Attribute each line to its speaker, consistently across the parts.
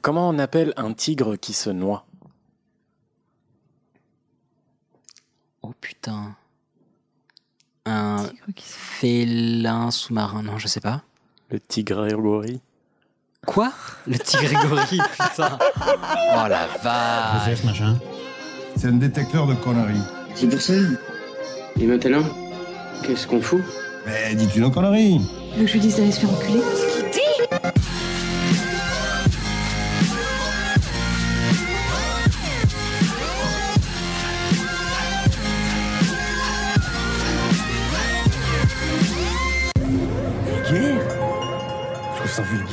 Speaker 1: Comment on appelle un tigre qui se noie
Speaker 2: Oh putain. Un félin sous-marin, non, je sais pas.
Speaker 1: Le tigre Grégory
Speaker 2: Quoi Le tigre Grégory, putain. Oh la vache.
Speaker 3: machin
Speaker 4: C'est un détecteur de conneries.
Speaker 5: C'est pour ça. Et maintenant, qu'est-ce qu'on fout
Speaker 4: Mais dis-tu nos conneries
Speaker 6: Tu veux que je lui dise d'aller se faire enculer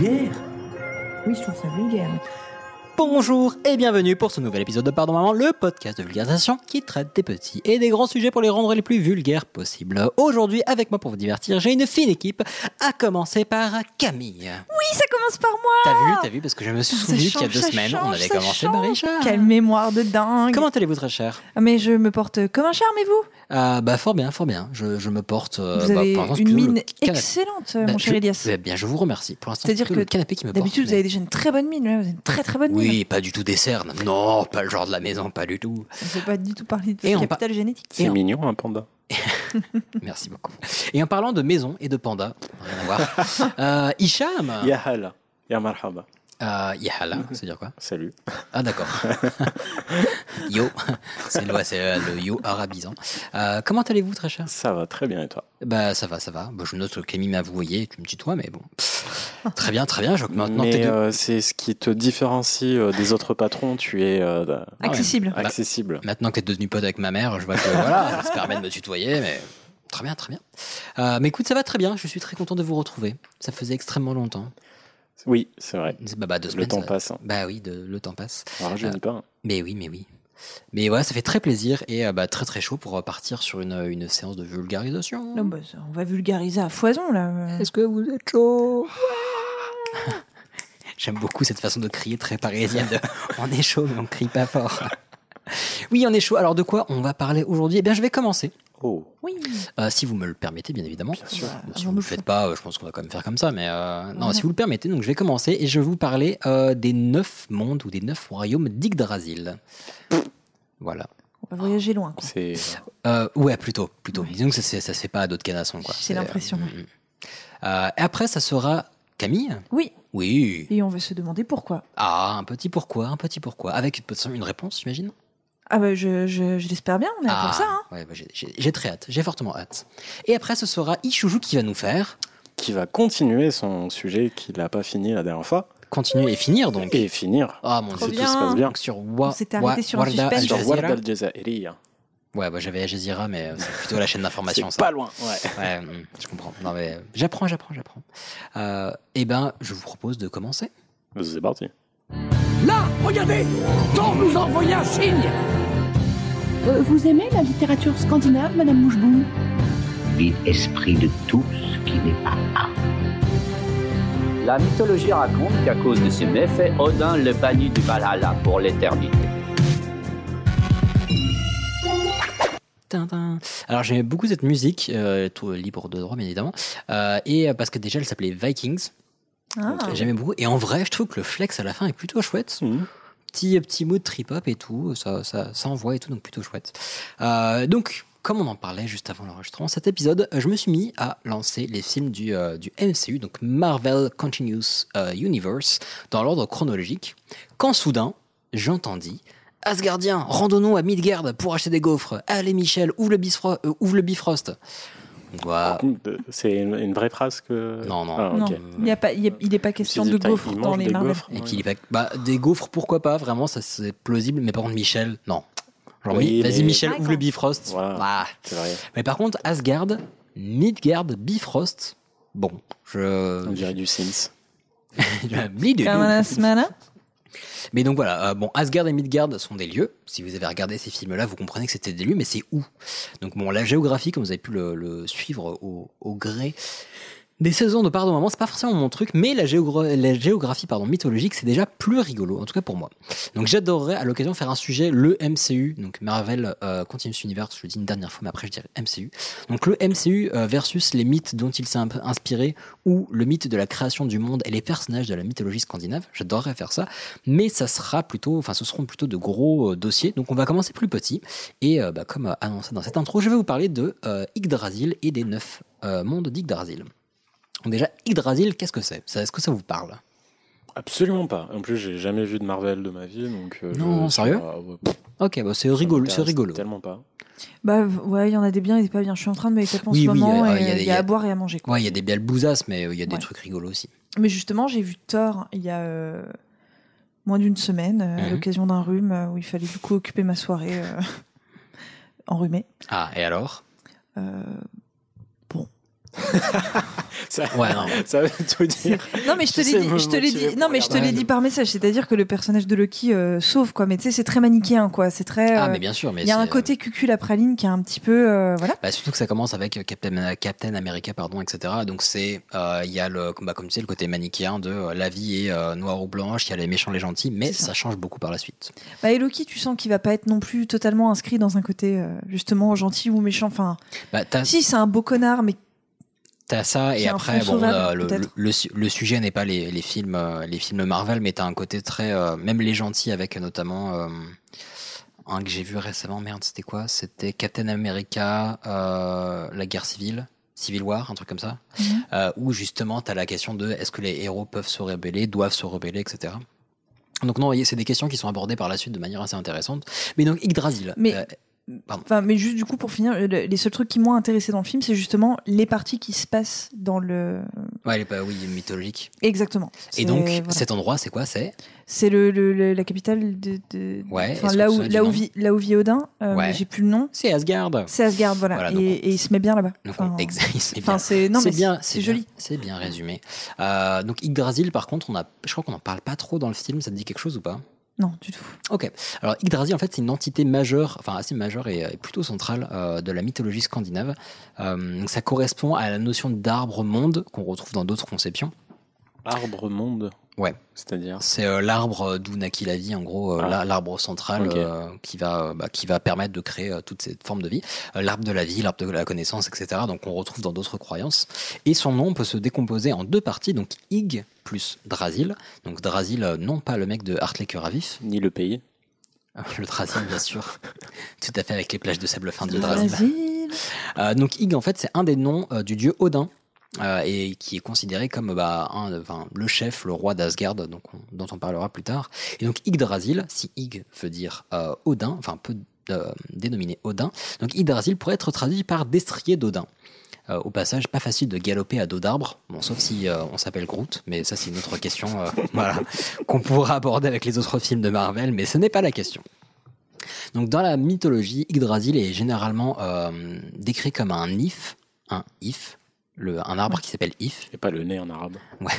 Speaker 6: Oui, je trouve ça vulgaire.
Speaker 2: Bonjour et bienvenue pour ce nouvel épisode de Pardon Maman, le podcast de vulgarisation qui traite des petits et des grands sujets pour les rendre les plus vulgaires possibles. Aujourd'hui, avec moi pour vous divertir, j'ai une fine équipe, à commencer par Camille.
Speaker 7: Oui, ça commence par moi.
Speaker 2: T'as vu, t'as vu, parce que je me suis
Speaker 7: Ça
Speaker 2: souvenu qu'il y a
Speaker 7: change,
Speaker 2: deux
Speaker 7: ça
Speaker 2: semaines, on
Speaker 7: change,
Speaker 2: avait
Speaker 7: ça
Speaker 2: commencé
Speaker 7: change.
Speaker 2: par Richard.
Speaker 7: Quelle mémoire de dingue. Ah,
Speaker 2: Comment allez-vous très cher
Speaker 7: Mais je me porte comme un charme et vous
Speaker 2: Ah bah fort bien, fort bien. Je, je me porte. euh,
Speaker 7: Vous
Speaker 2: bah,
Speaker 7: avez
Speaker 2: pour l'instant,
Speaker 7: une
Speaker 2: plutôt le
Speaker 7: mine
Speaker 2: canapé.
Speaker 7: excellente,
Speaker 2: Bah,
Speaker 7: mon
Speaker 2: je-
Speaker 7: cher Elias.
Speaker 2: Eh bien, je vous remercie. Pour l'instant,
Speaker 7: C'est-à-dire
Speaker 2: c'est le
Speaker 7: que
Speaker 2: canapé qui me porte.
Speaker 7: D'habitude, vous
Speaker 2: mais-
Speaker 7: avez déjà une très bonne mine. là, Vous avez une très très bonne mine.
Speaker 2: euh, Oui, pas du tout dessert. Non, pas le genre de la maison, pas du tout.
Speaker 7: On ne peut pas du tout parler de
Speaker 2: Et on
Speaker 7: capital génétique.
Speaker 1: C'est mignon, un panda.
Speaker 2: Merci beaucoup. Et en parlant de maison et de panda, rien à voir. euh, Hicham,
Speaker 1: Ya hala, Ah. ya marhaba.
Speaker 2: euh, Yahala, ça veut dire quoi
Speaker 1: Salut.
Speaker 2: Ah d'accord. yo, c'est le, ouais, c'est, euh, le yo arabisant. Euh, comment allez-vous, très cher
Speaker 1: Ça va très bien et toi
Speaker 2: Bah ça va, ça va. Bah, je note que Camille m'a vouvoyé, tu me dis toi, mais bon. Pff, Très bien, très bien. Je vois que maintenant t'es
Speaker 1: Mais
Speaker 2: deux.
Speaker 1: euh, c'est ce qui te différencie euh, des autres patrons. Tu es euh,
Speaker 2: Ah
Speaker 7: Accessible.
Speaker 1: accessible.
Speaker 2: Maintenant que t'es devenu pote avec ma mère, je vois que voilà, on se permet de me tutoyer, mais très bien, très bien. Euh, mais écoute, ça va très bien. Je suis très content de vous retrouver. Ça faisait extrêmement longtemps.
Speaker 1: Oui, c'est vrai.
Speaker 2: Bah, bah, deux
Speaker 1: Le
Speaker 2: semaines,
Speaker 1: temps
Speaker 2: ça-
Speaker 1: passe. hein.
Speaker 2: Bah oui, de- le temps passe.
Speaker 1: Alors, je
Speaker 2: Euh,
Speaker 1: dis pas. hein.
Speaker 2: Mais oui, mais oui. Mais voilà, ça fait très plaisir et euh, bah, très très chaud pour repartir sur une, une séance de vulgarisation.
Speaker 7: Non, bah, ça, on va vulgariser à foison là.
Speaker 2: Est-ce que vous êtes chaud J'aime beaucoup cette façon de crier très parisienne. de on est chaud, mais on crie pas fort. Oui, on est chaud. Alors de quoi on va parler aujourd'hui Eh bien, je vais commencer,
Speaker 1: Oh,
Speaker 7: Oui.
Speaker 2: Euh, si vous me le permettez, bien évidemment.
Speaker 1: bien sûr.
Speaker 7: Voilà,
Speaker 2: Bon, si vous
Speaker 7: avant de
Speaker 2: ne le
Speaker 7: le
Speaker 2: faites
Speaker 7: faire.
Speaker 2: pas, euh, je pense qu'on va quand même faire comme ça. Mais euh, non,
Speaker 7: Voilà.
Speaker 2: si vous le permettez, donc je vais commencer et je vais vous parler euh, des neuf mondes ou des neuf royaumes d'Yggdrasil. Voilà.
Speaker 7: On va voyager loin. quoi.
Speaker 1: C'est
Speaker 2: Euh, ouais, plutôt, plutôt.
Speaker 7: Ouais.
Speaker 2: Disons que ça, se fait- ça se fait pas à d'autres canassons, quoi.
Speaker 7: J'ai
Speaker 2: C'est-
Speaker 7: l'impression.
Speaker 2: Mm, mm. Euh, et après, ça sera Camille.
Speaker 7: Oui.
Speaker 2: Oui.
Speaker 7: Et on va se demander pourquoi.
Speaker 2: Ah, un petit pourquoi, un petit pourquoi, avec peut-être une réponse, j'imagine.
Speaker 7: Ah bah je, je, je l'espère bien. On est là
Speaker 2: ah,
Speaker 7: pour ça. Hein.
Speaker 2: ouais, bah, j'ai- j'ai j'ai très hâte, j'ai fortement hâte. Et après, ce sera Ishuju qui va nous faire
Speaker 1: qui va continuer son sujet qu'il n'a pas fini la dernière fois
Speaker 2: continuer et finir, donc.
Speaker 1: et finir.
Speaker 2: Ah mon
Speaker 7: Trop
Speaker 2: dieu.
Speaker 1: si tout se
Speaker 7: bien.
Speaker 1: passe bien.
Speaker 2: Donc sur Wa,
Speaker 7: On s'est
Speaker 2: Wa-
Speaker 7: arrêté sur un
Speaker 2: Warda
Speaker 7: suspense.
Speaker 2: Al
Speaker 1: Sur
Speaker 2: Jazeera.
Speaker 1: Ward Al Jazeera.
Speaker 2: Ouais, bah, j'avais Al Jazeera, mais euh, c'est plutôt la chaîne d'information.
Speaker 1: C'est
Speaker 2: ça.
Speaker 1: pas loin. Ouais.
Speaker 2: Ouais, mm, je comprends. Non, mais euh, j'apprends, j'apprends, j'apprends. Euh, eh ben, je vous propose de commencer.
Speaker 1: C'est parti.
Speaker 8: Euh, vous aimez la littérature scandinave, Madame Moucheboum
Speaker 9: vide esprit de tout ce qui n'est pas un. La mythologie raconte qu'à cause de ses méfaits, Odin le bannit du Valhalla pour l'éternité.
Speaker 2: Tintin. Alors j'aimais beaucoup cette musique, euh, tout libre de droit bien évidemment, Euh, et euh, parce que déjà elle s'appelait Vikings,
Speaker 7: Ah.
Speaker 2: j'aimais beaucoup, et en vrai je trouve que le flex à la fin est plutôt chouette,
Speaker 1: Mhm.
Speaker 2: petit, petit mot de trip-hop et tout, ça, ça, ça envoie et tout, donc plutôt chouette. Euh, donc comme on en parlait juste avant l'enregistrement, cet épisode, euh, je me suis mis à lancer les films du, euh, du MCU, donc Marvel Continuous euh, Universe, dans l'ordre chronologique, quand soudain j'entendis Asgardien, randonnons à Midgard pour acheter des gaufres. Allez Michel, ouvre le, bisfro- euh, ouvre le bifrost. Voilà.
Speaker 1: euh, C'est une, une vraie phrase que.
Speaker 2: Ah. Non, non.
Speaker 1: Ah,
Speaker 7: Non,
Speaker 1: ok.
Speaker 7: il y a pas, il y a- il est pas question
Speaker 1: Ces
Speaker 7: de
Speaker 1: détails,
Speaker 7: gaufres
Speaker 1: ils
Speaker 7: dans
Speaker 1: mangent
Speaker 7: les
Speaker 1: des
Speaker 7: Marvel.
Speaker 1: gaufres.
Speaker 2: Et qu'il est pas... bah, des gaufres, pourquoi pas Vraiment, ça c'est plausible. Mais par contre, Michel, non. Genre,
Speaker 1: Oui,
Speaker 2: oui, vas-y
Speaker 1: mais-
Speaker 2: Michel,
Speaker 7: D'accord.
Speaker 2: ouvre le Bifrost.
Speaker 1: Voilà.
Speaker 2: Bah.
Speaker 1: C'est vrai.
Speaker 2: Mais par contre, Asgard, Midgard, Bifrost, bon,
Speaker 1: On dirait
Speaker 2: je...
Speaker 1: du Sims.
Speaker 2: Bleed.
Speaker 7: Comme un asmana.
Speaker 2: Mais donc voilà, euh, bon, Asgard et Midgard sont des lieux. Si vous avez regardé ces films-là, vous comprenez que c'était des lieux, mais c'est où Donc bon, la géographie, comme vous avez pu le, le suivre au, au gré Des saisons de pardon moment, c'est pas forcément mon truc, mais la, géogra- la géographie pardon, mythologique, c'est déjà plus rigolo, en tout cas pour moi. Donc j'adorerais à l'occasion faire un sujet, le MCU, donc Marvel euh, Continuous Universe, je le dis une dernière fois, mais après je dirais MCU. Donc le MCU euh, versus les mythes dont il s'est un peu inspiré, ou le mythe de la création du monde et les personnages de la mythologie scandinave, j'adorerais faire ça, mais ça sera plutôt, enfin ce seront plutôt de gros euh, dossiers, donc on va commencer plus petit, et euh, bah, comme euh, annoncé dans cette intro, je vais vous parler de euh, Yggdrasil et des neuf euh, mondes d'Yggdrasil. Donc déjà, Yggdrasil, qu'est-ce que c'est Ça- Est-ce que ça vous parle
Speaker 1: Absolument pas. En plus, j'ai jamais vu de Marvel de ma vie, donc. euh,
Speaker 2: Non,
Speaker 1: je-
Speaker 2: sérieux
Speaker 1: Ah, ouais, pff, ça
Speaker 2: Ok, bah c'est rigolo, c'est
Speaker 1: m'intéresse
Speaker 2: rigolo.
Speaker 1: Tellement pas.
Speaker 7: Bah v- ouais, il y en a des biens et des pas bien. Je suis en train de me les taper en
Speaker 2: Oui,
Speaker 7: ce
Speaker 2: oui,
Speaker 7: moment.
Speaker 2: euh,
Speaker 7: et Il y, a à boire et à manger. quoi.
Speaker 2: Ouais, il y a des belles bousaces, mais euh, il y a des
Speaker 7: Ouais.
Speaker 2: trucs rigolos aussi.
Speaker 7: Mais justement, j'ai vu Thor il y a euh, moins d'une semaine, euh, à
Speaker 2: Mhm.
Speaker 7: l'occasion d'un rhume, euh, où il fallait du coup occuper ma soirée euh, enrhumée.
Speaker 2: Ah, et alors
Speaker 7: Euh,
Speaker 1: Ça,
Speaker 2: Ouais, non.
Speaker 1: ça veut tout dire.
Speaker 7: Non mais je te
Speaker 1: Tu
Speaker 7: l'ai
Speaker 1: sais,
Speaker 7: dit,
Speaker 1: me
Speaker 7: je te l'ai
Speaker 1: motiver
Speaker 7: dit.
Speaker 1: pour
Speaker 7: Non mais je te
Speaker 1: regarder.
Speaker 7: l'ai dit par message, c'est-à-dire que le personnage de Loki euh, sauve quoi, mais tu sais c'est très manichéen quoi, c'est très.
Speaker 2: Ah,
Speaker 7: euh,
Speaker 2: mais bien sûr, mais
Speaker 7: il y a
Speaker 2: c'est,
Speaker 7: un
Speaker 2: euh,
Speaker 7: côté cucul à praline qui est un petit peu euh, voilà.
Speaker 2: Bah, surtout que ça commence avec euh, Captain, euh, Captain America, pardon, etc. Donc c'est, euh, il y a le, bah, comme tu sais, le côté manichéen de euh, la vie est euh, noire ou blanche, il y a les méchants, les gentils, mais
Speaker 7: C'est ça.
Speaker 2: ça change beaucoup par la suite.
Speaker 7: Bah, et Loki, tu sens qu'il va pas être non plus totalement inscrit dans un côté euh, justement gentil ou méchant. Enfin,
Speaker 2: Bah, t'as-
Speaker 7: si c'est un beau connard, mais
Speaker 2: T'as ça
Speaker 7: Qui
Speaker 2: et
Speaker 7: est un
Speaker 2: après
Speaker 7: fond
Speaker 2: bon,
Speaker 7: sauvable,
Speaker 2: euh, le, le,
Speaker 7: peut-être.
Speaker 2: le su- le sujet n'est pas les, les films euh, les films Marvel mais t'as un côté très euh, même les gentils avec euh, notamment euh, un que j'ai vu récemment merde c'était quoi c'était Captain America euh, la guerre civile Civil War un truc comme ça
Speaker 7: Mhm.
Speaker 2: euh, où justement t'as la question de est-ce que les héros peuvent se rebeller doivent se rebeller etc donc non c'est des questions qui sont abordées par la suite de manière assez intéressante mais donc Yggdrasil
Speaker 7: Mais-
Speaker 2: euh, Pardon.
Speaker 7: Enfin, mais juste du coup, pour finir, le- les seuls trucs qui m'ont intéressé dans le film, c'est justement les parties qui se passent dans le.
Speaker 2: ouais, elle est pas oui mythologique
Speaker 7: Exactement.
Speaker 2: et
Speaker 7: C'est-
Speaker 2: donc
Speaker 7: voilà.
Speaker 2: cet endroit c'est quoi c'est
Speaker 7: c'est le, le- le- la capitale de. de-
Speaker 2: Ouais,
Speaker 7: enfin,
Speaker 2: est-ce que
Speaker 7: là
Speaker 2: tu
Speaker 7: où
Speaker 2: te souviens du
Speaker 7: là où
Speaker 2: nom
Speaker 7: vit là où vit Odin. euh,
Speaker 2: Ouais.
Speaker 7: mais J'ai plus le nom.
Speaker 2: c'est Asgard
Speaker 7: C'est Asgard, voilà.
Speaker 2: Voilà,
Speaker 7: et,
Speaker 2: donc on-
Speaker 7: et il se met bien là-bas.
Speaker 2: Donc,
Speaker 7: Enfin,
Speaker 2: exact, c'est bien.
Speaker 7: enfin, c'est non mais
Speaker 2: c'est bien,
Speaker 7: c'est
Speaker 2: c'est
Speaker 7: joli.
Speaker 2: bien, C'est bien résumé. Euh, donc Yggdrasil, par contre, on a, je crois qu'on n'en parle pas trop dans le film. Ça te dit quelque chose ou pas
Speaker 7: Non, tu te fous.
Speaker 2: Alors Yggdrasil, en fait, c'est une entité majeure, enfin assez majeure et, euh, et plutôt centrale euh, de la mythologie scandinave. Euh, donc ça correspond à la notion d'arbre monde qu'on retrouve dans d'autres conceptions.
Speaker 1: Arbre monde.
Speaker 2: Ouais.
Speaker 1: C'est-à-dire.
Speaker 2: C'est euh, l'arbre euh, d'où naquit la vie, en gros, euh,
Speaker 1: Ah.
Speaker 2: la- l'arbre central
Speaker 1: Ok.
Speaker 2: euh, qui, va, euh, bah, qui va permettre de créer euh, toute cette forme de vie. Euh, l'arbre de la vie, l'arbre de la connaissance, etc. Donc on retrouve dans d'autres croyances. Et son nom peut se décomposer en deux parties, donc Ig plus Drasil. Donc Drasil, euh, non pas le mec de Hartley Cœur à Vif,
Speaker 1: Ni le pays.
Speaker 2: le Drasil bien sûr, tout à fait avec les plages de sable fin de Drasil.
Speaker 7: Brasil.
Speaker 2: Euh, donc Ig, en fait, c'est un des noms euh, du dieu Odin. euh, et qui est considéré comme bah, un, euh, enfin, le chef, le roi d'Asgard, donc on- dont on parlera plus tard. Et donc Yggdrasil, si Ig veut dire euh, Odin, enfin peut euh, dénominer Odin, donc Yggdrasil pourrait être traduit par destrier d'Odin. Euh, au passage, pas facile de galoper à dos d'arbre, bon, sauf si euh, on s'appelle Groot, mais ça c'est une autre question euh, voilà, qu'on pourra aborder avec les autres films de Marvel, mais ce n'est pas la question. Donc dans la mythologie, Yggdrasil est généralement euh, décrit comme un if, un if, le, un arbre qui s'appelle if,
Speaker 1: Et pas le nez en arabe.
Speaker 7: Ah,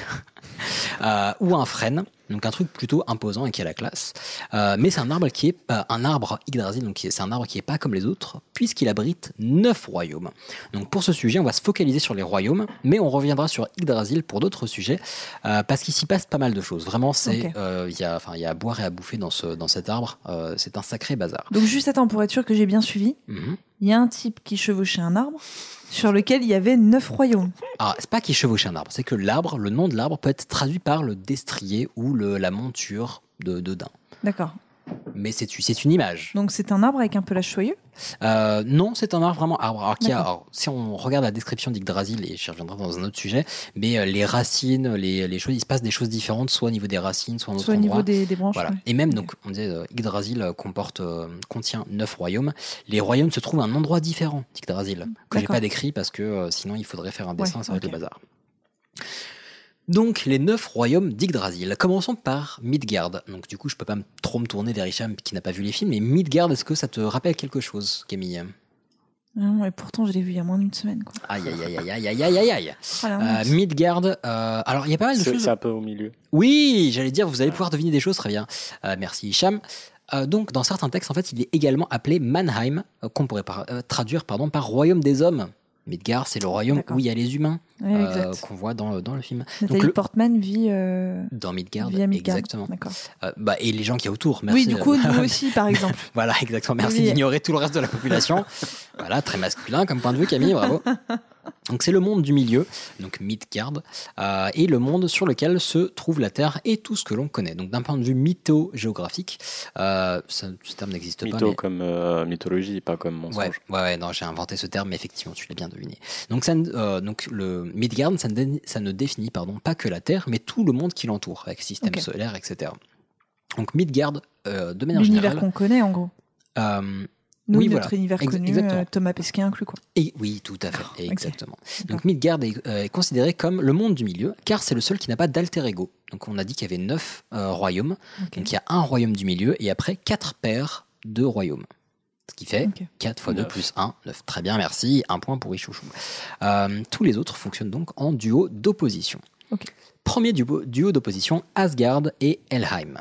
Speaker 2: euh, ou un frêne, donc un truc plutôt imposant et qui a la classe. Euh, mais c'est un arbre qui est pas un arbre Yggdrasil, donc qui est- c'est un arbre qui est pas comme les autres, puisqu'il abrite neuf royaumes. Donc pour ce sujet, on va se focaliser sur les royaumes, mais on reviendra sur Yggdrasil pour d'autres sujets, euh, parce qu'il s'y passe pas mal de choses. Vraiment, c'est
Speaker 7: Ok.
Speaker 2: euh, il y a enfin il y a à boire et à bouffer dans ce dans cet arbre. Euh, c'est un sacré bazar.
Speaker 7: Donc juste attends pour être sûr que j'ai bien suivi.
Speaker 2: Mhm.
Speaker 7: Il y a un type qui chevauchait un arbre sur lequel il y avait neuf royaumes.
Speaker 2: Ah, c'est pas qu'il chevauche un arbre, c'est que l'arbre, le nom de l'arbre peut être traduit par le destrier ou le, la monture de, de daim.
Speaker 7: D'accord.
Speaker 2: Mais c'est c'est une image.
Speaker 7: Donc c'est un arbre avec un pelage soyeux.
Speaker 2: Euh, non, c'est un arbre vraiment arbre. Alors, qui a- alors, si on regarde la description d'Yggdrasil, et je reviendrai dans un autre sujet, mais euh, les racines, les, les choses, il se passe des choses différentes, soit au niveau des racines, soit, en
Speaker 7: Soit au
Speaker 2: endroit.
Speaker 7: niveau des, des branches.
Speaker 2: Voilà.
Speaker 7: ouais.
Speaker 2: Et même, donc, on disait, euh, Yggdrasil euh, comporte, euh, contient neuf royaumes. Les royaumes se trouvent à un endroit différent d'Yggdrasil, que j'ai
Speaker 7: D'accord.
Speaker 2: pas décrit parce que euh, sinon il faudrait faire un dessin,
Speaker 7: Ouais,
Speaker 2: ça va être
Speaker 7: ok.
Speaker 2: le bazar. Donc, les neuf royaumes d'Yggdrasil. Commençons par Midgard. Donc, du coup, je peux pas me- trop me tourner vers Hicham qui n'a pas vu les films, mais Midgard, est-ce que ça te rappelle quelque chose, Camille
Speaker 7: Non, et Ah, pourtant, je l'ai vu il y a moins d'une semaine. Quoi.
Speaker 2: Aïe, aïe, aïe, aïe, aïe, aïe, aïe, aïe, aïe.
Speaker 7: Oh la
Speaker 2: Euh,
Speaker 7: honte.
Speaker 2: Midgard, euh, alors il y a pas mal de
Speaker 1: C'est
Speaker 2: choses.
Speaker 1: c'est un peu au milieu.
Speaker 2: Oui, j'allais dire, vous allez pouvoir deviner des choses, très bien. Euh, merci Hicham. Euh, donc, dans certains textes, en fait, il est également appelé Mannheim, euh, qu'on pourrait par- euh, traduire pardon, par Royaume des Hommes. Midgard, c'est le royaume
Speaker 7: D'accord.
Speaker 2: où il y a les humains
Speaker 7: Ouais,
Speaker 2: euh,
Speaker 7: exact.
Speaker 2: qu'on voit dans, le- dans le film.
Speaker 7: Nathalie
Speaker 2: le-
Speaker 7: Portman vit, euh,
Speaker 2: Dans Midgard,
Speaker 7: vit à Midgard.
Speaker 2: exactement.
Speaker 7: D'accord.
Speaker 2: Euh, bah, et les gens qui y a autour, merci. euh,
Speaker 7: Oui, du coup, nous aussi, par exemple.
Speaker 2: Voilà, exactement. Merci
Speaker 7: Oui.
Speaker 2: d'ignorer tout le reste de la population. voilà, très masculin comme point de vue, Camille, bravo. Donc c'est le monde du milieu, donc Midgard, euh, et le monde sur lequel se trouve la Terre et tout ce que l'on connaît. Donc d'un point de vue mytho-géographique, euh, ça- ce terme n'existe pas.
Speaker 1: Mytho
Speaker 2: mais-
Speaker 1: comme euh, mythologie, pas comme mensonge.
Speaker 2: Ouais, ouais, ouais, non, j'ai inventé ce terme, mais effectivement, tu l'as bien deviné. Donc, ça, ne- euh, donc le Midgard, ça ne, dé- ça ne définit pardon, pas que la Terre, mais tout le monde qui l'entoure, avec système
Speaker 7: Ok.
Speaker 2: solaire, etc. Donc, Midgard, euh, de manière
Speaker 7: L'univers
Speaker 2: générale.
Speaker 7: qu'on connaît, en gros.
Speaker 2: euh,
Speaker 7: Nous,
Speaker 2: Oui,
Speaker 7: notre
Speaker 2: voilà.
Speaker 7: univers
Speaker 2: Ex-
Speaker 7: connu,
Speaker 2: exactement.
Speaker 7: euh, Thomas Pesquet inclus, quoi.
Speaker 2: et oui, tout à fait,
Speaker 7: ok.
Speaker 2: exactement. Donc
Speaker 7: D'accord.
Speaker 2: Midgard est, euh, est considéré comme le monde du milieu, car c'est le seul qui n'a pas d'alter ego. Donc on a dit qu'il y avait neuf euh, royaumes,
Speaker 7: Ok.
Speaker 2: donc il y a un royaume du milieu et après quatre paires de royaumes. Ce qui fait
Speaker 7: Ok.
Speaker 2: 4 fois 2
Speaker 1: Neuf.
Speaker 2: plus 1, 9. Très bien, merci. Un point pour Ichouchou. Euh, tous les autres fonctionnent donc en duo d'opposition.
Speaker 7: Ok.
Speaker 2: Premier duo, duo d'opposition, Asgard et Helheim.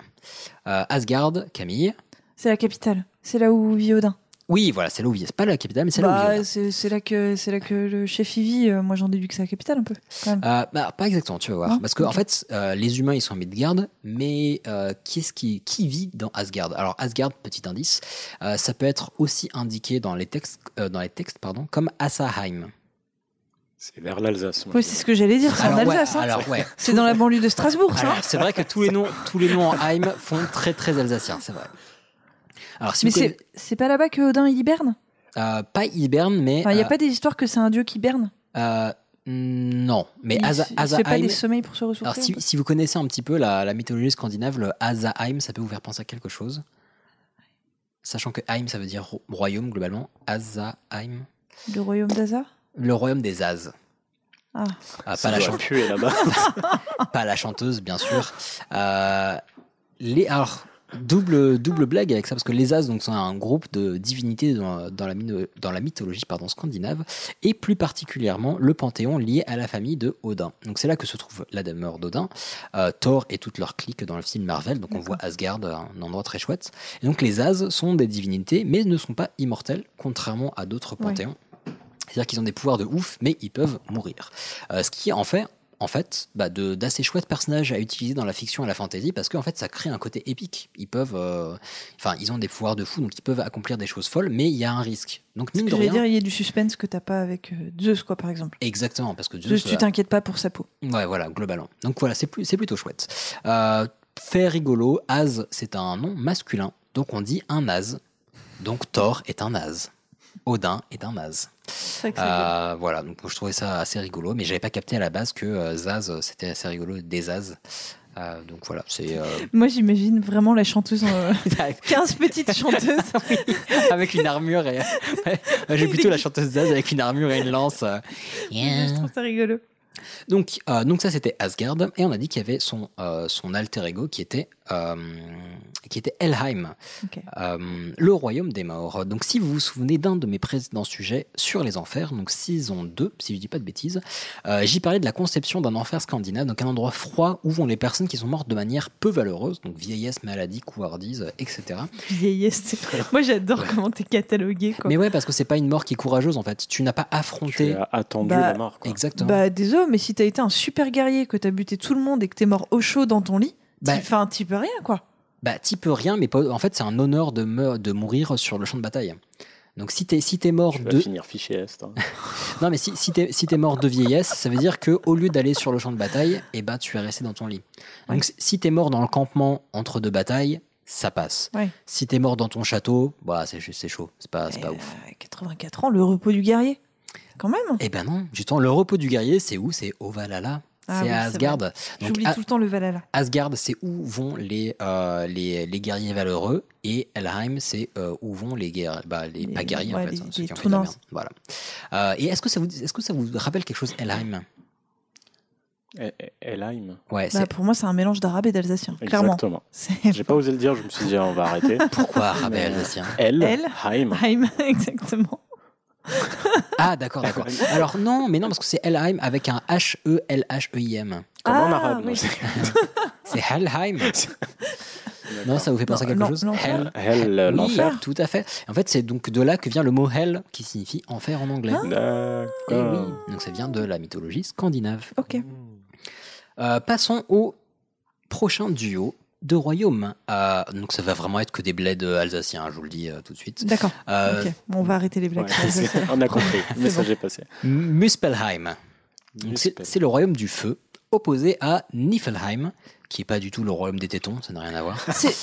Speaker 2: Euh, Asgard, Camille.
Speaker 7: C'est la capitale. C'est là où vit Odin.
Speaker 2: Oui, voilà, c'est là où il- C'est pas la capitale, mais c'est là où il y en a.
Speaker 7: Bah, c'est c'est là que c'est là que le chef y vit. euh, Moi, j'en déduis que c'est la capitale un peu. Quand même.
Speaker 2: Euh, bah, pas exactement, tu vas voir.
Speaker 7: Non
Speaker 2: Parce que, en
Speaker 7: Ok.
Speaker 2: fait, euh, les humains, ils sont à Midgard, mais euh, qui, est-ce qui, qui vit dans Asgard Alors, Asgard, petit indice, euh, ça peut être aussi indiqué dans les textes, euh, dans les textes pardon, comme Asaheim.
Speaker 1: C'est vers l'Alsace. moi,
Speaker 7: Oui,
Speaker 1: je
Speaker 7: c'est
Speaker 1: dirais.
Speaker 7: ce que j'allais dire. C'est en
Speaker 2: alors, ouais,
Speaker 7: Alsace. hein.
Speaker 2: alors, ouais.
Speaker 7: C'est dans la banlieue de Strasbourg, ça.
Speaker 2: Alors, c'est vrai que tous les noms, tous les noms en Heim font très, très alsacien, c'est vrai. Alors, si
Speaker 7: Mais
Speaker 2: vous
Speaker 7: c'est c'est pas là-bas que Odin il hiberne.
Speaker 2: connaissez- euh, pas hiberne, mais.
Speaker 7: Il n'y a
Speaker 2: euh,
Speaker 7: pas des histoires que c'est un dieu qui hiberne.
Speaker 2: euh, non, mais
Speaker 7: Il
Speaker 2: Asa-
Speaker 7: se- il se fait pas
Speaker 2: Asaheim.
Speaker 7: des sommeils pour se
Speaker 2: Alors,
Speaker 7: ressourcer.
Speaker 2: si, si vous connaissez un petit peu la, la mythologie scandinave, le Asaheim, ça peut vous faire penser à quelque chose. Sachant que Heim, ça veut dire ro- royaume globalement. Asaheim,
Speaker 7: Le royaume d'Aza.
Speaker 2: le royaume des As.
Speaker 7: Ah.
Speaker 2: Ah,
Speaker 1: Ça
Speaker 2: pas, la
Speaker 1: doit
Speaker 2: chan-
Speaker 1: puer là-bas.
Speaker 2: pas la chanteuse, bien sûr. Euh, les, alors, double, double blague avec ça, parce que les As donc, sont un groupe de divinités dans, dans la, mino- dans la mythologie pardon, scandinave, et plus particulièrement le panthéon lié à la famille de Odin. Donc c'est là que se trouve la demeure d'Odin, euh, Thor et toute leur clique dans le film Marvel, donc on voit Asgard, un endroit très chouette. Et donc les As sont des divinités, mais ne sont pas immortels, contrairement à d'autres
Speaker 7: Ouais.
Speaker 2: panthéons. C'est-à-dire qu'ils ont des pouvoirs de ouf, mais ils peuvent mourir. Euh, ce qui en fait en fait, bah, de- d'assez chouettes personnages à utiliser dans la fiction et la fantasy parce qu'en fait, ça crée un côté épique. Ils peuvent, euh, enfin, ils ont des pouvoirs de fou, donc ils peuvent accomplir des choses folles, mais il y a un risque. Donc mine de
Speaker 7: J'allais
Speaker 2: rien,
Speaker 7: dire, il y a du suspense que t'as pas avec euh, Zeus, quoi, par exemple.
Speaker 2: exactement, parce que Zeus,
Speaker 7: Zeus, tu t'inquiètes pas pour sa peau.
Speaker 2: euh, ouais, voilà, globalement. Donc voilà, c'est plus, c'est plutôt chouette. Euh, fait rigolo, As, c'est un nom masculin, donc on dit un As. Donc Thor est un As. Odin est un As. Euh, voilà, donc je trouvais ça assez rigolo, mais j'avais pas capté à la base que euh, Zaz, euh, c'était assez rigolo, des Zaz. Euh, donc voilà, c'est. euh,
Speaker 7: Moi, j'imagine vraiment la chanteuse. euh, en- 15 petites chanteuses.
Speaker 2: avec une armure et. Ouais, J'ai plutôt la chanteuse Zaz avec une armure et une lance. euh.
Speaker 7: Je trouve ça rigolo.
Speaker 2: Donc, euh, donc ça c'était Asgard, et on a dit qu'il y avait son, euh, son alter ego qui était, euh, qui était Helheim,
Speaker 7: Ok.
Speaker 2: euh, le royaume des morts. Donc si vous vous souvenez d'un de mes précédents sujets sur les enfers, donc saison 2, si je dis pas de bêtises, euh, j'y parlais de la conception d'un enfer scandinave, donc un endroit froid où vont les personnes qui sont mortes de manière peu valeureuse, donc vieillesse, maladie, couardise, euh, etc.
Speaker 7: Vieillesse. Moi, j'adore comment t'es catalogué, quoi.
Speaker 2: Mais ouais, parce que c'est pas une mort qui est courageuse en fait, tu n'as pas affronté...
Speaker 1: Tu as attendu
Speaker 7: Bah,
Speaker 1: la mort. Quoi.
Speaker 2: Exactement.
Speaker 7: Bah, désolé, mais si t'as été un super guerrier, que t'as buté tout le monde et que t'es mort au chaud dans ton lit,
Speaker 2: Bah,
Speaker 7: tu fais un petit peu rien, quoi.
Speaker 2: Bah, t'y peux rien, mais pas- en fait, c'est un honneur de, meur- de mourir sur le champ de bataille. Donc, si t'es si t'es mort
Speaker 1: Tu vas
Speaker 2: de
Speaker 1: finir fiché Est. hein.
Speaker 2: non mais si, si t'es si t'es mort de vieillesse, ça veut dire que au lieu d'aller sur le champ de bataille, eh ben tu es resté dans ton lit. Donc si t'es mort dans le campement entre deux batailles, ça passe.
Speaker 7: Ouais.
Speaker 2: Si t'es mort dans ton château, bah c'est juste- c'est chaud, c'est pas c'est pas
Speaker 7: Euh,
Speaker 2: ouf.
Speaker 7: 84 ans, le repos du guerrier. Quand même.
Speaker 2: Eh ben non, justement le repos du guerrier, c'est où C'est au Valhalla.
Speaker 7: Ah
Speaker 2: c'est
Speaker 7: oui,
Speaker 2: à
Speaker 7: c'est vrai.
Speaker 2: Asgard. Donc, ah.
Speaker 7: J'oublie
Speaker 2: à-
Speaker 7: tout le temps le Valhalla. Bah,
Speaker 2: Asgard, c'est où vont les, euh, les, les guerriers valeureux, et Helheim, c'est euh, où vont les guerriers, bah, les,
Speaker 7: Les-
Speaker 2: pas guerriers
Speaker 7: ouais,
Speaker 2: en fait,
Speaker 7: les-
Speaker 2: hein, ceux
Speaker 7: les
Speaker 2: qui ont fait de la
Speaker 7: tournances.
Speaker 2: merde. Voilà. Euh, et est-ce que ça vous, est-ce que ça vous rappelle quelque chose Helheim
Speaker 1: Eh, eh, Helheim.
Speaker 2: Ouais,
Speaker 7: Bah,
Speaker 2: c'est
Speaker 7: pour moi, c'est un mélange d'arabe et d'alsacien, clairement.
Speaker 1: Exactement.
Speaker 7: C'est
Speaker 1: J'ai pas osé le dire, je me suis dit, ah, on va arrêter.
Speaker 2: pourquoi Rabel
Speaker 7: euh,
Speaker 2: Alsacien
Speaker 1: Helheim.
Speaker 7: Haïm, exactement.
Speaker 2: Ah d'accord, d'accord. Alors non, mais non parce que c'est Helheim avec un H E L H E I M.
Speaker 1: Comme en
Speaker 7: Ah,
Speaker 1: arabe. non,
Speaker 7: oui.
Speaker 1: c'est-
Speaker 2: C'est Helheim. Non, ça vous fait penser à
Speaker 7: Non,
Speaker 2: quelque
Speaker 7: non,
Speaker 2: chose
Speaker 7: l'enfer.
Speaker 2: Hell.
Speaker 1: Hell, euh,
Speaker 2: Oui,
Speaker 1: l'enfer.
Speaker 2: tout à fait. En fait, c'est donc de là que vient le mot hell, qui signifie enfer en anglais.
Speaker 7: Ah.
Speaker 2: Eh
Speaker 1: D'accord.
Speaker 2: oui. Donc ça vient de la mythologie scandinave.
Speaker 7: Ok.
Speaker 2: Euh, passons au prochain duo de royaumes. Euh, donc ça va vraiment être que des bleds euh, alsaciens, je vous le dis euh, tout de suite.
Speaker 7: D'accord.
Speaker 2: Euh,
Speaker 7: Ok. Bon, on va arrêter les blagues.
Speaker 1: Ouais,
Speaker 7: sur les
Speaker 1: c'est-
Speaker 7: océans.
Speaker 1: on a compris. Le message est passé.
Speaker 2: M- Muspelheim. Donc, C'est
Speaker 1: Muspel.
Speaker 2: c'est le royaume du feu, opposé à Niflheim, qui est pas du tout le royaume des tétons, ça n'a rien à voir.
Speaker 7: C'est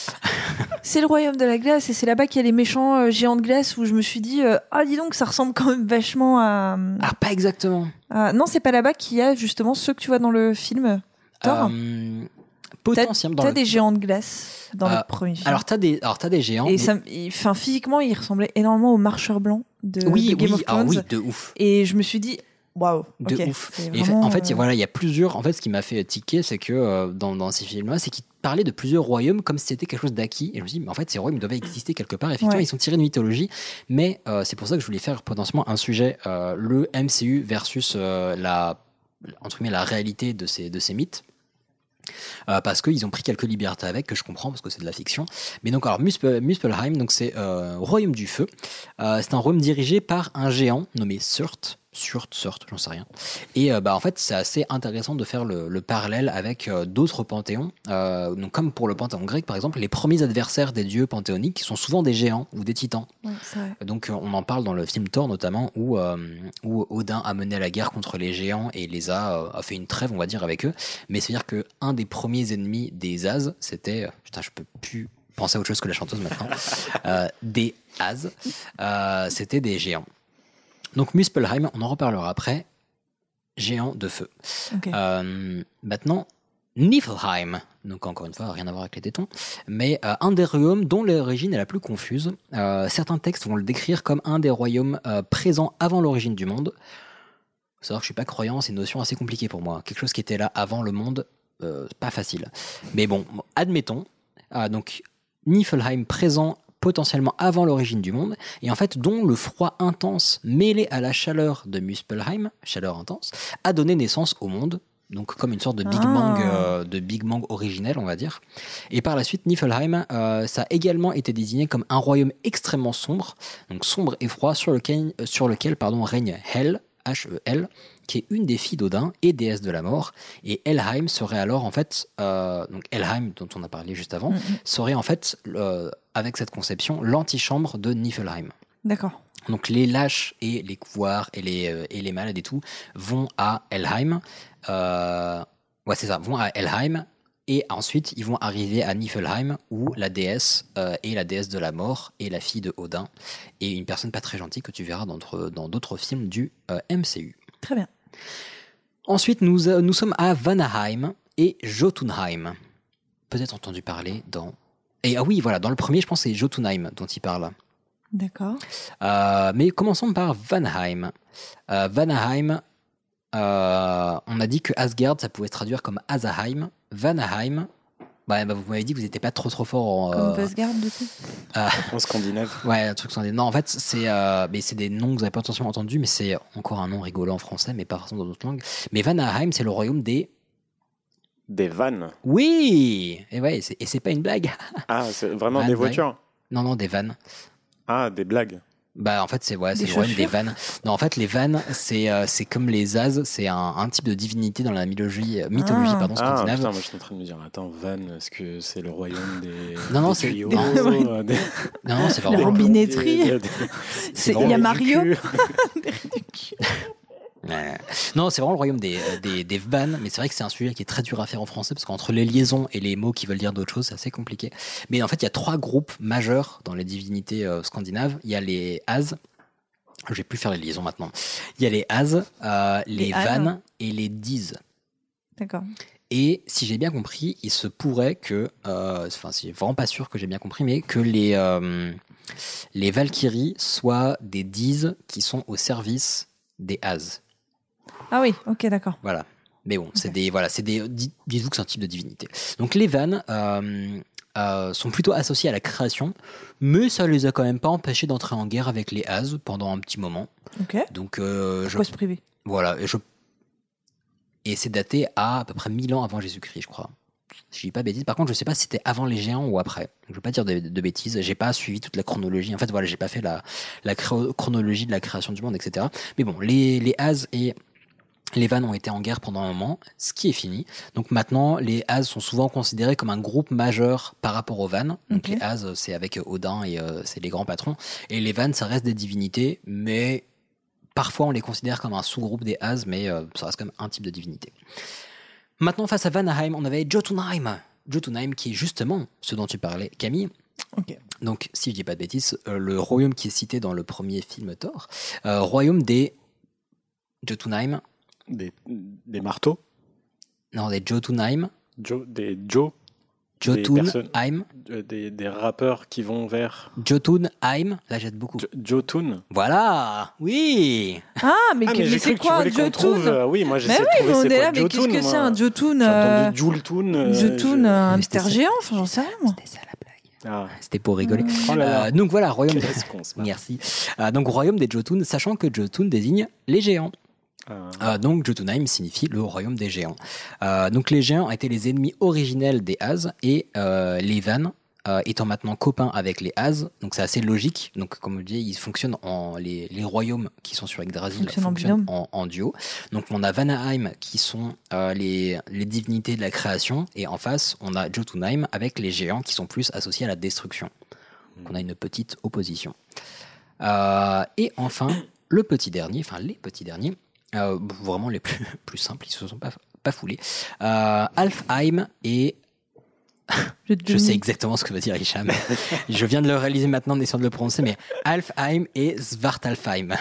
Speaker 7: c'est le royaume de la glace et c'est là-bas qu'il y a les méchants euh, géants de glace où je me suis dit euh, ah dis donc ça ressemble quand même vachement à,
Speaker 2: Ah, pas exactement.
Speaker 7: à- non c'est pas là-bas qu'il y a justement ceux que tu vois dans le film Thor
Speaker 2: Euh, potentiel dans
Speaker 7: t'as
Speaker 2: le-
Speaker 7: des géants de glace dans
Speaker 2: Euh,
Speaker 7: le premier film
Speaker 2: Alors t'as des, alors t'as des géants.
Speaker 7: et
Speaker 2: mais-
Speaker 7: ça me- il- enfin, physiquement il ressemblait énormément au marcheur blanc de,
Speaker 2: oui,
Speaker 7: de Game
Speaker 2: oui,
Speaker 7: of
Speaker 2: ah
Speaker 7: Thrones
Speaker 2: oui, de ouf.
Speaker 7: et je me suis dit waouh
Speaker 2: de
Speaker 7: ok,
Speaker 2: ouf.
Speaker 7: c'est
Speaker 2: Et fa-
Speaker 7: vraiment,
Speaker 2: en fait, il y a-
Speaker 7: euh,
Speaker 2: voilà, il y a plusieurs. En fait, ce qui m'a fait tiquer, c'est que euh, dans, dans ces films-là, c'est qu'ils parlaient de plusieurs royaumes comme si c'était quelque chose d'acquis. Et je me dis, mais en fait, ces royaumes devaient exister quelque part. Effectivement,
Speaker 7: Ouais.
Speaker 2: ils sont tirés de mythologie, mais euh, c'est pour ça que je voulais faire potentiellement un sujet euh, le MCU versus euh, la entre guillemets, la réalité de ces de ces mythes. Euh, parce qu'ils ont pris quelques libertés avec, que je comprends parce que c'est de la fiction. Mais donc, alors, Muspe- Muspelheim, donc c'est euh, Royaume du Feu. Euh, c'est un royaume dirigé par un géant nommé Surt. Surt, Surt, j'en sais rien. Et euh, bah, en fait, c'est assez intéressant de faire le, le parallèle avec euh, d'autres panthéons. Euh, donc, comme pour le panthéon grec, par exemple, les premiers adversaires des dieux panthéoniques sont souvent des géants ou des titans.
Speaker 7: ouais, c'est vrai.
Speaker 2: Donc euh, on en parle dans le film Thor notamment où, euh, où Odin a mené la guerre contre les géants et les a, euh, a fait une trêve on va dire avec eux. Mais c'est à dire que un des premiers ennemis des As c'était euh, putain je peux plus penser à autre chose que la chanteuse maintenant Euh, des As euh, c'était des géants. Donc Muspelheim on en reparlera après géant de feu.
Speaker 7: Ok.
Speaker 2: Euh, maintenant, Niflheim, donc encore une fois, rien à voir avec les tétons, mais euh, un des royaumes dont l'origine est la plus confuse. Euh, certains textes vont le décrire comme un des royaumes euh, présents avant l'origine du monde. Faut savoir que je suis pas croyant, c'est une notion assez compliquée pour moi. Quelque chose qui était là avant le monde, euh, c'est pas facile. Mais bon, admettons. Ah, donc, Niflheim présent potentiellement avant l'origine du monde, et en fait dont le froid intense mêlé à la chaleur de Muspelheim, chaleur intense, a donné naissance au monde, donc comme une sorte de Big
Speaker 7: Ah.
Speaker 2: Bang, euh, de Big Bang originel, on va dire. Et par la suite, Niflheim, euh, ça a également été désigné comme un royaume extrêmement sombre, donc sombre et froid, sur lequel, euh, sur lequel pardon, règne Hel, H-E-L, qui est une des filles d'Odin et déesse de la mort, et Helheim serait alors en fait, euh, donc Helheim dont on a parlé juste avant,
Speaker 7: Mm, mm.
Speaker 2: serait en fait, euh, avec cette conception, l'antichambre de Niflheim.
Speaker 7: d'accord
Speaker 2: Donc les lâches et les couvoirs et les, euh, et les malades et tout vont à Helheim. Euh, ouais, c'est ça, vont à Helheim. Et ensuite, ils vont arriver à Niflheim, où la déesse euh, est la déesse de la mort et la fille de Odin, et une personne pas très gentille que tu verras dans d'autres- dans d'autres films du euh, MCU.
Speaker 7: très bien
Speaker 2: Ensuite, nous, euh, nous sommes à Vanaheim et Jotunheim. Peut-être entendu parler dans. Et ah oui, voilà, dans le premier, je pense que c'est Jotunheim dont il parle.
Speaker 7: d'accord
Speaker 2: Euh, mais commençons par Vanaheim. Euh, Vanaheim, euh, on a dit que Asgard, ça pouvait se traduire comme Azaheim. Vanaheim, bah, bah, vous m'avez dit que vous n'étiez pas trop trop fort en.
Speaker 7: comme
Speaker 2: euh,
Speaker 7: Vosgard du coup
Speaker 1: En scandinave.
Speaker 2: Ouais, un truc sans des. Non, en fait, c'est euh, mais c'est des noms que vous n'avez pas forcément entendus, mais c'est encore un nom rigolo en français, mais pas forcément dans d'autres langues. Mais Vanaheim, c'est le royaume des.
Speaker 1: Des vannes.
Speaker 2: Oui Et ouais, c'est- et c'est pas une blague.
Speaker 1: Ah, c'est vraiment
Speaker 2: Vannes,
Speaker 1: des
Speaker 2: ouais.
Speaker 1: voitures.
Speaker 2: Non, non, des vannes.
Speaker 1: Ah, des blagues.
Speaker 2: Bah en fait c'est ouais,
Speaker 7: Des
Speaker 2: c'est le royaume des
Speaker 7: chaussures
Speaker 2: vannes. Non en fait les vannes c'est euh, c'est comme les as, c'est un, un type de divinité dans la mythologie euh, mythologie
Speaker 7: Ah.
Speaker 2: pardon
Speaker 1: Ah,
Speaker 2: scandinave.
Speaker 1: putain, moi je suis en train de me dire, attends, vannes, est-ce que c'est le royaume des.
Speaker 2: Non, non,
Speaker 1: des
Speaker 2: c'est-
Speaker 1: tuyaux, euh,
Speaker 7: Des-
Speaker 1: des-
Speaker 2: non non, c'est
Speaker 7: La
Speaker 1: des
Speaker 2: vraiment
Speaker 7: robinetterie.
Speaker 1: plombiers, des-
Speaker 7: C'est-
Speaker 1: des-
Speaker 7: il y a
Speaker 1: des-
Speaker 7: Mario
Speaker 1: du cul.
Speaker 2: Ouais. Non, c'est vraiment le royaume des euh, des, des vannes, mais c'est vrai que c'est un sujet qui est très dur à faire en français parce qu'entre les liaisons et les mots qui veulent dire d'autres choses, c'est assez compliqué. Mais en fait, il y a trois groupes majeurs dans les divinités euh, scandinaves, il y a les as je vais plus faire les liaisons maintenant. Il y a les as, euh, les,
Speaker 7: Les ânes.
Speaker 2: vannes et les dises.
Speaker 7: d'accord
Speaker 2: Et si j'ai bien compris, il se pourrait que, euh, enfin, c'est vraiment pas sûr que j'ai bien compris, mais que les euh, les Valkyries soient des Diz qui sont au service des As.
Speaker 7: ah oui ok d'accord
Speaker 2: Voilà. Mais bon, c'est
Speaker 7: Ok.
Speaker 2: des voilà, c'est des dis- disons que c'est un type de divinité. Donc les vannes euh, euh, sont plutôt associées à la création, mais ça les a quand même pas empêchés d'entrer en guerre avec les As pendant un petit moment.
Speaker 7: Ok.
Speaker 2: Donc euh, je
Speaker 7: Pourquoi se priver
Speaker 2: voilà, et je et c'est daté à à peu près 1000 ans avant Jésus-Christ, je crois. Je dis pas bêtises. Par contre, je sais pas si c'était avant les géants ou après. Je veux pas dire de, de bêtises. J'ai pas suivi toute la chronologie. En fait, voilà, j'ai pas fait la, la chro- chronologie de la création du monde, etc. Mais bon, les, les As et les Vannes ont été en guerre pendant un moment, ce qui est fini. Donc maintenant, les As sont souvent considérés comme un groupe majeur par rapport aux Vannes. Donc
Speaker 7: Ok.
Speaker 2: les As, euh, c'est avec euh, Odin et euh, c'est les grands patrons. Et les Vannes, ça reste des divinités, mais parfois on les considère comme un sous-groupe des As, mais euh, ça reste quand même un type de divinité. Maintenant, face à Vanaheim, on avait Jotunheim. Jotunheim, qui est justement ce dont tu parlais, Camille.
Speaker 7: Ok.
Speaker 2: Donc, si je dis pas de bêtises, euh, le royaume qui est cité dans le premier film Thor, euh, royaume des Jotunheim,
Speaker 1: Des, des marteaux,
Speaker 2: non, des Jotunheim,
Speaker 1: Jo- des Joe, Des personnes.
Speaker 2: Jotunheim,
Speaker 1: euh, des, des rappeurs qui vont vers
Speaker 2: Jotunheim, là j'aide beaucoup.
Speaker 1: Jo- Jotun.
Speaker 2: Voilà, oui,
Speaker 7: Ah, mais,
Speaker 1: Ah,
Speaker 7: que- mais
Speaker 1: j'ai cru
Speaker 7: c'est
Speaker 1: que tu
Speaker 7: quoi un
Speaker 1: voulais qu'on trouve,
Speaker 7: Jotun
Speaker 1: euh, Oui, moi j'essaie
Speaker 7: Mais
Speaker 1: de
Speaker 7: oui, mais
Speaker 1: trouver
Speaker 7: on
Speaker 1: c'est quoi
Speaker 7: est là, mais qu'est-ce que
Speaker 1: Jotun,
Speaker 7: c'est
Speaker 1: moi.
Speaker 7: un Jotun
Speaker 1: J'ai
Speaker 7: euh,
Speaker 1: entendu Jultun. euh,
Speaker 7: Jotun,
Speaker 1: je-
Speaker 7: un
Speaker 2: Mais c'était ça.
Speaker 7: intergéant, enfin, j'en sais rien, moi.
Speaker 2: Oh. c'était ça la blague.
Speaker 1: Ah.
Speaker 2: C'était pour rigoler.
Speaker 1: Oh là
Speaker 2: Euh,
Speaker 1: là.
Speaker 2: donc voilà, royaume.
Speaker 1: Quelle
Speaker 2: Des...
Speaker 1: réponse.
Speaker 2: Merci. Euh, donc royaume des Jotun, sachant que Jotun désigne les géants.
Speaker 1: Ah.
Speaker 2: Euh, donc Jotunheim signifie le royaume des géants. Euh, donc les géants étaient les ennemis originels des As et euh, les Vannes euh, étant maintenant copains avec les As, donc c'est assez logique. Donc comme je dis, ils fonctionnent en les, les royaumes qui sont sur Yggdrasil
Speaker 7: Fonctionnent en
Speaker 2: fonctionnent en, en duo. Donc on a Vanaheim qui sont euh, les, les divinités de la création et en face on a Jotunheim avec les géants qui sont plus associés à la destruction. Donc on a une petite opposition. Euh, et enfin le petit dernier, enfin les petits derniers. Euh, vraiment les plus, plus simples, ils se sont pas, pas foulés. Euh, Alfheim et je sais exactement ce que veut dire Isha, mais je viens de le réaliser maintenant en essayant de le prononcer, mais Alfheim et Svartalfheim.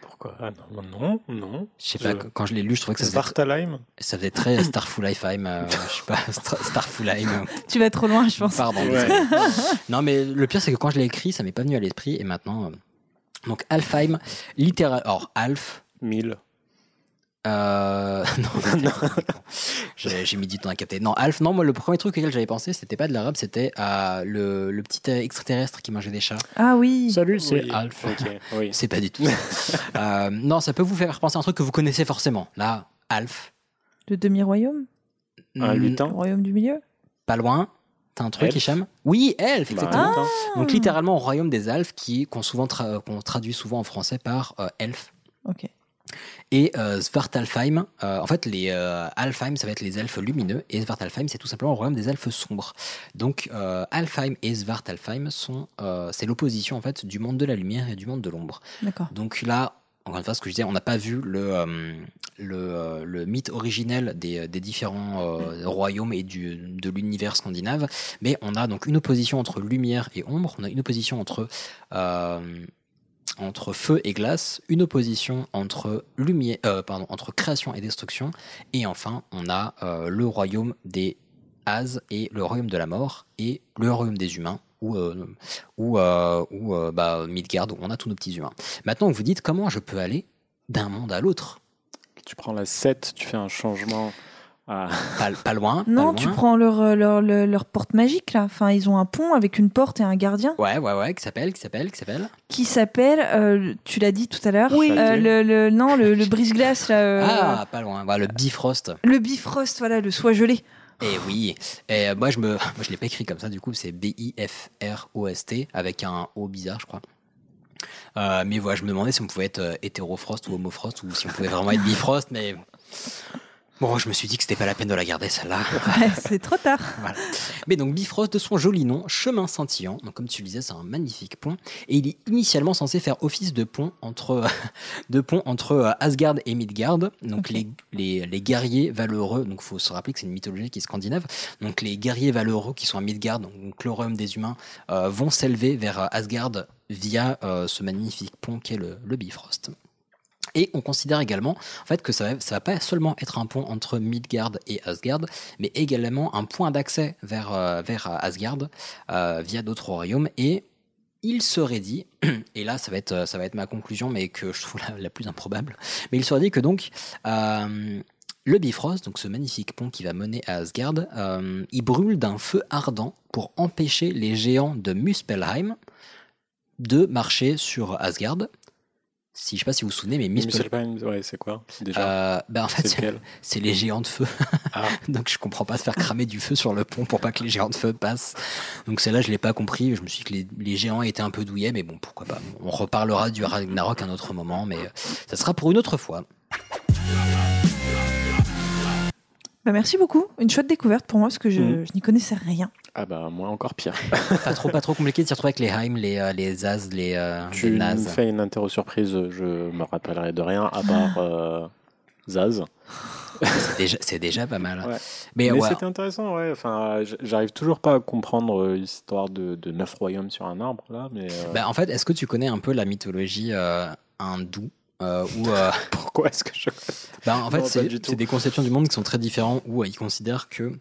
Speaker 1: Pourquoi Ah non, non, non.
Speaker 2: Je sais pas,
Speaker 1: Je-
Speaker 2: qu- quand je l'ai lu, je trouvais que ça faisait,
Speaker 1: Svartalheim
Speaker 2: ça faisait très Starfulheim, euh, je sais pas, Star- Starfulheim.
Speaker 7: Tu vas trop loin, je pense.
Speaker 2: Pardon.
Speaker 1: Ouais.
Speaker 2: désolé. Non, mais le pire, c'est que quand je l'ai écrit, ça m'est pas venu à l'esprit, et maintenant. euh, Donc, Alfheim, littéral. Or, Alf,
Speaker 1: 1000.
Speaker 2: Euh, non, J'ai j'ai mis du temps à capter. Non, Alf, non, moi, le premier truc auquel j'avais pensé, c'était pas de l'arabe, c'était euh, le, le petit euh, extraterrestre qui mangeait des chats.
Speaker 7: Ah oui.
Speaker 2: Salut,
Speaker 1: Oui, Ok, oui.
Speaker 2: C'est pas du tout ça. Euh, non, ça peut vous faire penser à un truc que vous connaissez forcément. Là, Alf.
Speaker 7: Le demi-royaume
Speaker 1: Un
Speaker 2: hmm,
Speaker 7: Le
Speaker 1: lutin.
Speaker 7: royaume du milieu
Speaker 2: Pas loin. T'as un truc,
Speaker 1: Elf.
Speaker 2: Hicham Oui, Elf,
Speaker 1: Bah,
Speaker 2: exactement.
Speaker 1: lutin.
Speaker 2: Donc, littéralement, au royaume des Alphes, qui- qu'on souvent tra- euh, qu'on traduit souvent en français par euh, Elf.
Speaker 7: Ok.
Speaker 2: Et euh, Svartalfheim, euh, en fait, les euh, Alfheim, ça va être les elfes lumineux, et Svartalfheim, c'est tout simplement le royaume des elfes sombres. Donc, euh, Alfheim et Svartalfheim sont, euh, c'est l'opposition en fait du monde de la lumière et du monde de l'ombre.
Speaker 7: D'accord.
Speaker 2: Donc là, encore une fois, ce que je disais, on n'a pas vu le, euh, le, euh, le mythe originel des, des différents euh, royaumes et du, de l'univers scandinave, mais on a donc une opposition entre lumière et ombre, on a une opposition entre, euh, entre feu et glace, une opposition entre, lumière, euh, pardon, entre création et destruction, et enfin, on a euh, le royaume des As et le royaume de la mort et le royaume des humains. Ou, euh, ou, euh, ou, euh, bah, Midgard, où on a tous nos petits humains. Maintenant, vous dites comment je peux aller d'un monde à l'autre.
Speaker 1: Tu prends la 7, tu fais un changement à
Speaker 2: Pas, pas loin. pas
Speaker 7: Non,
Speaker 2: loin.
Speaker 7: tu prends leur, euh, leur, leur, leur porte magique là. Enfin, ils ont un pont avec une porte et un gardien
Speaker 2: Ouais, ouais, ouais, qui s'appelle, qui s'appelle, qui s'appelle.
Speaker 7: qui s'appelle, euh, tu l'as dit tout à l'heure,
Speaker 1: Oui.
Speaker 7: euh, le, le- non, le, le brise-glace là. euh,
Speaker 2: Ah, pas loin. Voilà, le Bifrost.
Speaker 7: Le Bifrost, voilà, le soie gelé.
Speaker 2: Eh oui. Et euh, moi, je me, moi, je l'ai pas écrit comme ça. Du coup, c'est B-I-F-R-O-S-T avec un O bizarre, je crois. Euh, mais voilà, je me demandais si on pouvait être euh, hétérofrost ou homofrost ou si on pouvait vraiment être bifrost, mais bon, je me suis dit que c'était pas la peine de la garder celle-là.
Speaker 7: Ouais, c'est trop tard.
Speaker 2: Voilà. Mais donc Bifrost, de son joli nom, chemin scintillant, donc comme tu le disais, c'est un magnifique pont, et il est initialement censé faire office de pont entre, de pont entre euh, Asgard et Midgard, donc
Speaker 7: Ok.
Speaker 2: les, les, les guerriers valeureux, donc faut se rappeler que c'est une mythologie qui est scandinave, donc les guerriers valeureux qui sont à Midgard, donc le royaume des humains, euh, vont s'élever vers euh, Asgard via euh, ce magnifique pont qu'est le, le Bifrost. Et on considère également en fait, que ça ne va pas seulement être un pont entre Midgard et Asgard, mais également un point d'accès vers, euh, vers Asgard euh, via d'autres royaumes. Et il serait dit, et là ça va être, ça va être ma conclusion, mais que je trouve la, la plus improbable, mais il serait dit que donc euh, le Bifrost, donc ce magnifique pont qui va mener à Asgard, euh, il brûle d'un feu ardent pour empêcher les géants de Muspelheim de marcher sur Asgard. Si, je sais pas si vous vous souvenez, mais Miss
Speaker 1: Mais
Speaker 2: Pol-
Speaker 1: c'est pas une- ouais, c'est quoi déjà
Speaker 2: Euh, ben en fait,
Speaker 1: C'est
Speaker 2: c'est-
Speaker 1: lequel
Speaker 2: c'est les géants de feu.
Speaker 1: Ah.
Speaker 2: Donc je comprends pas de faire cramer du feu sur le pont pour pas que les géants de feu passent. Donc celle-là, je l'ai pas compris. Je me suis dit que les, les géants étaient un peu douillets, mais bon, pourquoi pas. On reparlera du Ragnarok à un autre moment, mais euh, ça sera pour une autre fois.
Speaker 7: Bah, merci beaucoup. Une chouette découverte pour moi parce que je,
Speaker 2: Mm.
Speaker 1: Mhm.
Speaker 7: je n'y connaissais rien.
Speaker 1: Ah bah moi encore pire.
Speaker 2: Pas trop, pas trop compliqué de s'y retrouver avec les Heim, les, euh, les Zaz, les, euh, les
Speaker 1: Tu me
Speaker 2: Naz.
Speaker 1: fais une interro surprise, je me rappellerai de rien à part euh, Zaz.
Speaker 2: C'est déjà, c'est déjà pas mal.
Speaker 1: Ouais.
Speaker 2: Mais,
Speaker 1: Mais
Speaker 2: ouais,
Speaker 1: c'était intéressant, ouais. Enfin, euh, j- j'arrive toujours pas à comprendre euh, l'histoire de, de neuf royaumes sur un arbre là, mais euh,
Speaker 2: bah, en fait, est-ce que tu connais un peu la mythologie euh, hindoue euh, où, euh,
Speaker 1: pourquoi est-ce que je
Speaker 2: Ben, en
Speaker 1: Non,
Speaker 2: fait,
Speaker 1: pas
Speaker 2: c'est
Speaker 1: du tout.
Speaker 2: c'est des conceptions du monde qui sont très différentes où euh, ils considèrent que.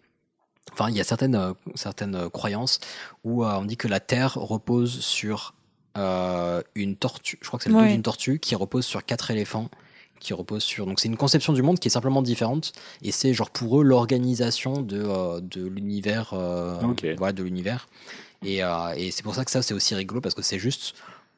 Speaker 2: Enfin, il y a certaines, euh, certaines euh, croyances où euh, on dit que la Terre repose sur euh, une tortue. Je crois que c'est le dos
Speaker 7: Ouais.
Speaker 2: d'une tortue qui repose sur quatre éléphants. Qui repose sur. Donc, c'est une conception du monde qui est simplement différente. Et c'est, genre, pour eux, l'organisation de, euh, de l'univers. euh,
Speaker 1: Ok.
Speaker 2: Voilà, de l'univers. Et, euh, et c'est pour ça que ça, c'est aussi rigolo parce que c'est juste.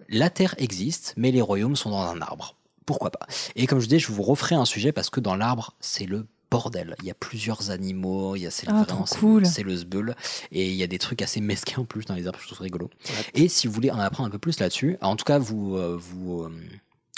Speaker 2: La Terre existe, mais les royaumes sont dans un arbre. Pourquoi pas et comme je disais, je vous referai un sujet parce que dans l'arbre, c'est le bordel. Il y a plusieurs animaux, il y a c'est
Speaker 7: Ah,
Speaker 2: vraiment,
Speaker 7: trop
Speaker 2: c'est-
Speaker 7: cool.
Speaker 2: c'est le zbeul et il y a des trucs assez mesquins en plus dans les arbres, je trouve ça rigolo. Et si vous voulez en apprendre un peu plus là-dessus, en tout cas, vous euh, vous euh,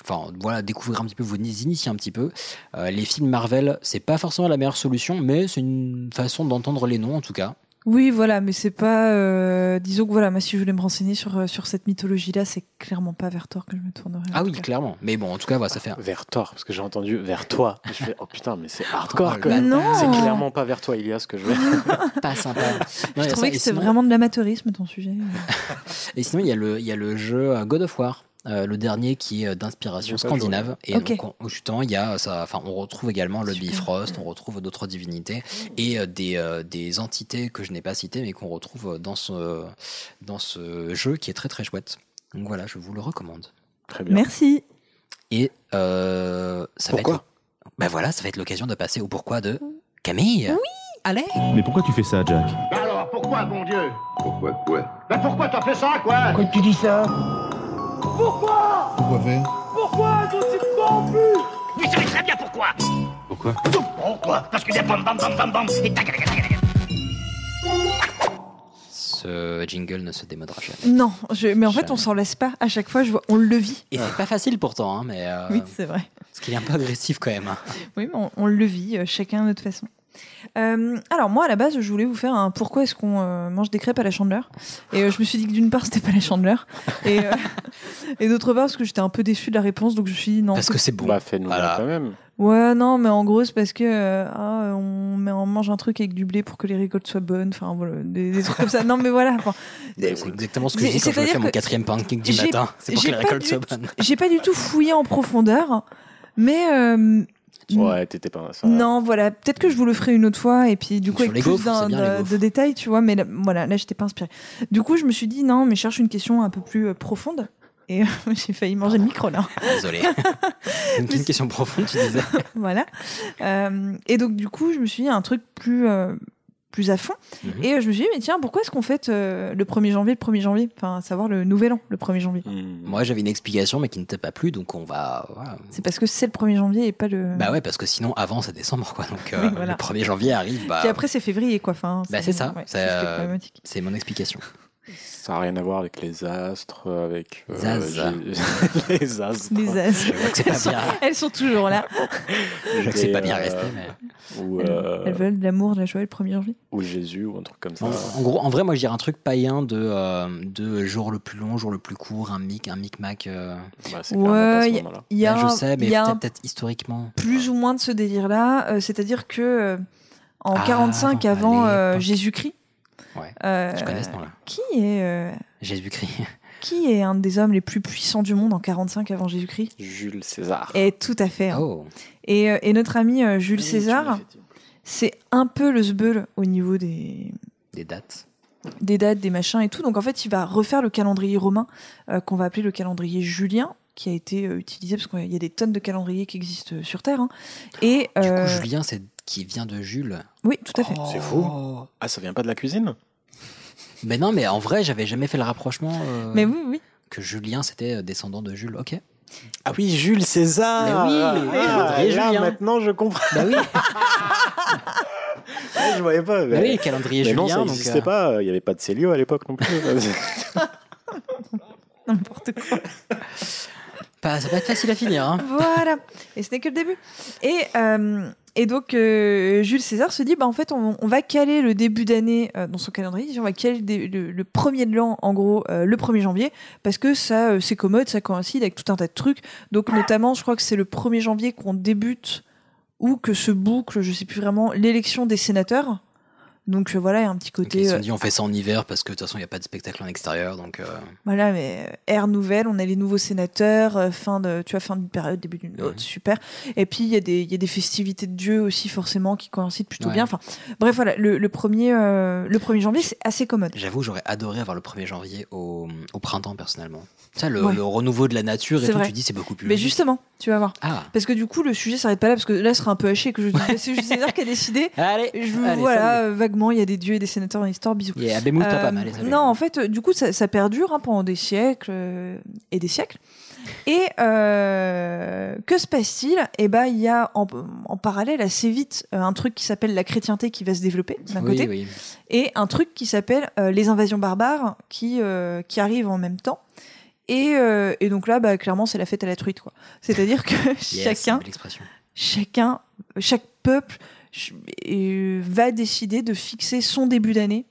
Speaker 2: Enfin, voilà, découvrir un petit peu, vous initier un petit peu. Euh, les films Marvel, c'est pas forcément la meilleure solution, mais c'est une façon d'entendre les noms en tout cas.
Speaker 7: Oui, voilà, mais c'est pas. euh, disons que voilà, moi, si je voulais me renseigner sur, euh, sur cette mythologie-là, c'est clairement pas vers Thor que je me tournerais. en
Speaker 2: Ah oui,
Speaker 7: tout cas.
Speaker 2: clairement. Mais bon, en tout cas, voilà, ça fait. un-
Speaker 1: vers Thor parce que j'ai entendu vers toi. Je fais oh putain, mais c'est hardcore.
Speaker 2: Oh,
Speaker 1: quoi.
Speaker 2: la-
Speaker 7: Non
Speaker 1: C'est clairement pas vers toi, Ilias, que je vais.
Speaker 2: Pas sympa. Non, il y
Speaker 7: Je
Speaker 2: a
Speaker 7: trouvais
Speaker 2: ça,
Speaker 7: que
Speaker 2: et
Speaker 7: c'était
Speaker 2: sinon-
Speaker 7: vraiment de l'amateurisme ton sujet.
Speaker 2: Et sinon, il y a le, il y a le jeu euh, God of War. euh, le dernier qui est euh, d'inspiration
Speaker 1: J'ai pas joué.
Speaker 2: scandinave et
Speaker 7: Ok.
Speaker 2: donc on- justement il y a euh, ça enfin on retrouve également le
Speaker 7: Super. Oh.
Speaker 2: Bifrost on retrouve d'autres divinités et euh, des, euh, des entités que je n'ai pas citées mais qu'on retrouve euh, dans ce dans ce jeu qui est très très chouette donc voilà je vous le recommande
Speaker 1: Très bien.
Speaker 7: Merci.
Speaker 2: et euh, ça va
Speaker 1: Pourquoi
Speaker 2: être ben voilà ça va être l'occasion de passer au pourquoi de Camille oui allez
Speaker 3: Mais pourquoi tu fais ça, Jack
Speaker 10: Bah alors, pourquoi, bon Dieu
Speaker 9: Pourquoi quoi
Speaker 10: Bah pourquoi t'as fait ça, quoi
Speaker 4: Pourquoi tu dis ça Pourquoi faire
Speaker 10: Tu savais très bien pourquoi
Speaker 9: Pourquoi
Speaker 10: Pourquoi Parce que des bam bam bam bam bam et tac tac tac tac.
Speaker 2: ce jingle ne se démodera jamais
Speaker 7: Non, je- mais en fait,
Speaker 2: Jamais.
Speaker 7: on s'en laisse pas. À chaque fois, je vois, on le vit.
Speaker 2: et c'est pas facile pourtant hein, mais euh,
Speaker 7: Oui, c'est vrai.
Speaker 2: parce qu'il est un peu agressif quand même hein.
Speaker 7: Oui, mais on, on le vit, euh, chacun de notre façon. Euh, alors moi à la base je voulais vous faire un pourquoi est-ce qu'on euh, mange des crêpes à la chandeleur et euh, je me suis dit que d'une part c'était pas la chandeleur et, euh, et d'autre part parce que j'étais un peu déçue de la réponse donc je me suis dit non
Speaker 2: parce que c'est bon
Speaker 1: Bah fais-nous
Speaker 2: Voilà.
Speaker 1: quand même.
Speaker 7: Ouais, non, mais en gros, c'est parce que euh, ah, on, mais on mange un truc avec du blé pour que les récoltes soient bonnes, enfin voilà, des, des trucs comme ça. Non, mais voilà. enfin,
Speaker 2: Mais Bah, C'est exactement ce que je
Speaker 7: C'est-
Speaker 2: dis quand je me
Speaker 7: c'est-à-dire
Speaker 2: fais mon
Speaker 7: que
Speaker 2: quatrième pancake du
Speaker 7: j'ai-
Speaker 2: matin. C'est pour que
Speaker 7: j'ai
Speaker 2: les
Speaker 7: pas
Speaker 2: récoltes
Speaker 7: du
Speaker 2: soient bonnes.
Speaker 7: J'ai pas du tout fouillé en profondeur, mais euh,
Speaker 1: Ouais, t'étais pas. ça-
Speaker 7: non, voilà. Peut-être que je vous le ferai une autre fois et puis du coup
Speaker 2: Sur les
Speaker 7: avec
Speaker 2: gaufres,
Speaker 7: plus
Speaker 2: c'est
Speaker 7: d'un- euh,
Speaker 2: bien, les
Speaker 7: de,
Speaker 2: gaufres.
Speaker 7: de détails, tu vois. Mais là, voilà, là, j'étais pas inspirée. Du coup, je me suis dit non, mais cherche une question un peu plus euh, profonde. Et euh, j'ai failli manger le micro là.
Speaker 2: Désolé. une petite question profonde, tu disais.
Speaker 7: voilà. Euh, et donc, du coup, je me suis dit un truc plus, euh, plus à fond.
Speaker 2: Mhm.
Speaker 7: Et euh, je me suis dit, mais tiens, pourquoi est-ce qu'on fête euh, le 1er janvier, le 1er janvier Enfin, à savoir le nouvel an, le 1er janvier.
Speaker 1: Hmm.
Speaker 2: Moi, j'avais une explication, mais qui ne t'a pas plu, donc on va. voilà.
Speaker 7: C'est parce que c'est le 1er janvier et pas le.
Speaker 2: Bah ouais, parce que sinon, avant, c'est décembre, quoi. Donc euh,
Speaker 7: Oui, voilà.
Speaker 2: le 1er janvier arrive, bah.
Speaker 7: Puis après, c'est février, quoi. Enfin,
Speaker 2: Bah, c'est ça.
Speaker 7: ouais,
Speaker 2: C'est,
Speaker 7: ce qui est
Speaker 2: euh,
Speaker 7: problématique.
Speaker 2: C'est mon explication.
Speaker 1: Ça n'a rien à voir avec les astres, avec euh,
Speaker 2: Zaz.
Speaker 1: j'ai- les astres.
Speaker 7: Les as.
Speaker 2: Je vois que c'est pas bien.
Speaker 7: Elles sont toujours là.
Speaker 2: Je vois que c'est pas bien resté, mais.
Speaker 1: euh, Ou,
Speaker 7: Elles-
Speaker 1: euh,
Speaker 7: Elles veulent de l'amour, de la joie et le 1er janvier.
Speaker 1: ou Jésus, ou un truc comme ça.
Speaker 2: En, en gros, en vrai, moi, je dirais un truc païen de, euh, de jour le plus long, jour le plus court, un mic, un micmac. Euh...
Speaker 1: Bah, c'est clairement pas ce
Speaker 7: Ouais, y-
Speaker 1: moment-là.
Speaker 7: Il y a,
Speaker 2: Là, Bah, je sais, mais
Speaker 7: il y a
Speaker 2: peut-être peut-être historiquement.
Speaker 7: plus ou moins de ce délire-là. euh, C'est-à-dire que euh, en
Speaker 2: Ah,
Speaker 7: 45
Speaker 2: à
Speaker 7: avant euh,
Speaker 2: l'époque.
Speaker 7: Jésus-Christ,
Speaker 2: Ouais,
Speaker 7: euh,
Speaker 2: Je connais ce nom-là.
Speaker 7: qui est euh,
Speaker 2: Jésus-Christ.
Speaker 7: qui est un des hommes les plus puissants du monde en 45 avant Jésus-Christ
Speaker 1: Jules César.
Speaker 7: Et tout à fait. hein.
Speaker 2: Oh.
Speaker 7: Et, euh, et notre ami euh,
Speaker 1: Oui,
Speaker 7: Jules
Speaker 1: tu
Speaker 7: César,
Speaker 1: l'as fait, tu-
Speaker 7: c'est un peu le zbeul au niveau des,
Speaker 2: Des dates.
Speaker 7: des dates, des machins et tout. Donc en fait, il va refaire le calendrier romain euh, qu'on va appeler le calendrier julien qui a été euh, utilisé parce qu'il y a des tonnes de calendriers qui existent euh, sur Terre. hein. Et
Speaker 2: Du
Speaker 7: euh,
Speaker 2: coup, Julien, c'est qui vient de Jules. Oh.
Speaker 7: oui, tout à fait.
Speaker 1: C'est fou. Ah, ça vient pas de la cuisine
Speaker 2: Mais non, mais en vrai, j'avais jamais fait le rapprochement euh,
Speaker 7: Mais oui, oui.
Speaker 2: que Julien c'était euh, descendant de Jules. Ok.
Speaker 1: Ah oui, Jules César
Speaker 2: Mais oui,
Speaker 1: Ah,
Speaker 2: oui,
Speaker 1: ah,
Speaker 2: André
Speaker 1: là,
Speaker 2: Julien.
Speaker 1: maintenant, je comprends.
Speaker 2: Bah oui,
Speaker 1: Je voyais pas.
Speaker 2: bah
Speaker 1: mais-
Speaker 2: oui, le calendrier
Speaker 1: mais
Speaker 2: Julien.
Speaker 1: non, ça
Speaker 2: donc,
Speaker 1: n'existait
Speaker 2: euh,
Speaker 1: pas. Il n'y avait pas de Célio à l'époque non plus.
Speaker 7: N'importe quoi.
Speaker 2: pas- bah, Ça va être facile à finir. hein.
Speaker 7: Voilà. Et ce n'est que le début. Et, euh, et donc, euh, Jules César se dit, bah, en fait, on, on va caler le début d'année euh, dans son calendrier. Il dit, On va caler le, dé- le- le premier de l'an, en gros, euh, le 1er janvier, parce que ça, euh, c'est commode, ça coïncide avec tout un tas de trucs. Donc, notamment, je crois que c'est le 1er janvier qu'on débute ou que se boucle, je sais plus vraiment, l'élection des sénateurs. Donc euh, voilà, il y a un petit
Speaker 2: Donc, ils
Speaker 7: côté.
Speaker 2: se sont
Speaker 7: euh,
Speaker 2: dit, on fait ça en hiver parce que de toute façon, il n'y a pas de spectacle en extérieur. Donc, euh,
Speaker 7: Voilà, mais euh, ère nouvelle, on a les nouveaux sénateurs, euh, fin de, tu vois, fin d'une période, début d'une autre,
Speaker 2: Ouais.
Speaker 7: super. Et puis il y a des, il y a des festivités de Dieu aussi forcément qui coïncident plutôt
Speaker 2: Ouais.
Speaker 7: bien. Enfin, bref, voilà, le, le premier, euh, le 1er janvier, c'est assez commode.
Speaker 2: j'avoue, j'aurais adoré avoir le 1er janvier au, au printemps, personnellement. Ça, le,
Speaker 7: Ouais.
Speaker 2: le renouveau de la nature et
Speaker 7: C'est
Speaker 2: tout,
Speaker 7: vrai.
Speaker 2: tu dis, c'est beaucoup plus.
Speaker 7: Mais
Speaker 2: logique.
Speaker 7: justement, tu vas voir.
Speaker 2: Ah,
Speaker 7: Parce que du coup, le sujet s'arrête pas là, parce que là, ce sera un peu haché que je dis, mais c'est juste César qui a décidé.
Speaker 2: allez,
Speaker 7: Je, vous-
Speaker 2: allez,
Speaker 7: voilà,
Speaker 2: salut.
Speaker 7: euh, vaguement, il y a des dieux et des sénateurs dans l'histoire, bisous.
Speaker 2: Et à Bémoul, t'as
Speaker 7: Euh,
Speaker 2: pas mal. allez, salut.
Speaker 7: non, en fait, euh, du coup, ça, ça perdure hein, pendant des siècles euh, et des siècles. Et euh, que se passe-t-il Eh ben, il y a en, en parallèle assez vite euh, un truc qui s'appelle la chrétienté qui va se développer d'un
Speaker 2: oui,
Speaker 7: côté,
Speaker 2: oui.
Speaker 7: et un truc qui s'appelle euh, les invasions barbares qui euh, qui arrivent en même temps. Et, euh, et donc là, bah, clairement, c'est la fête à la truite, quoi. C'est-à-dire que
Speaker 2: Yes,
Speaker 7: chacun,
Speaker 2: belle expression.
Speaker 7: chacun, chaque peuple ch- euh, va décider de fixer son début d'année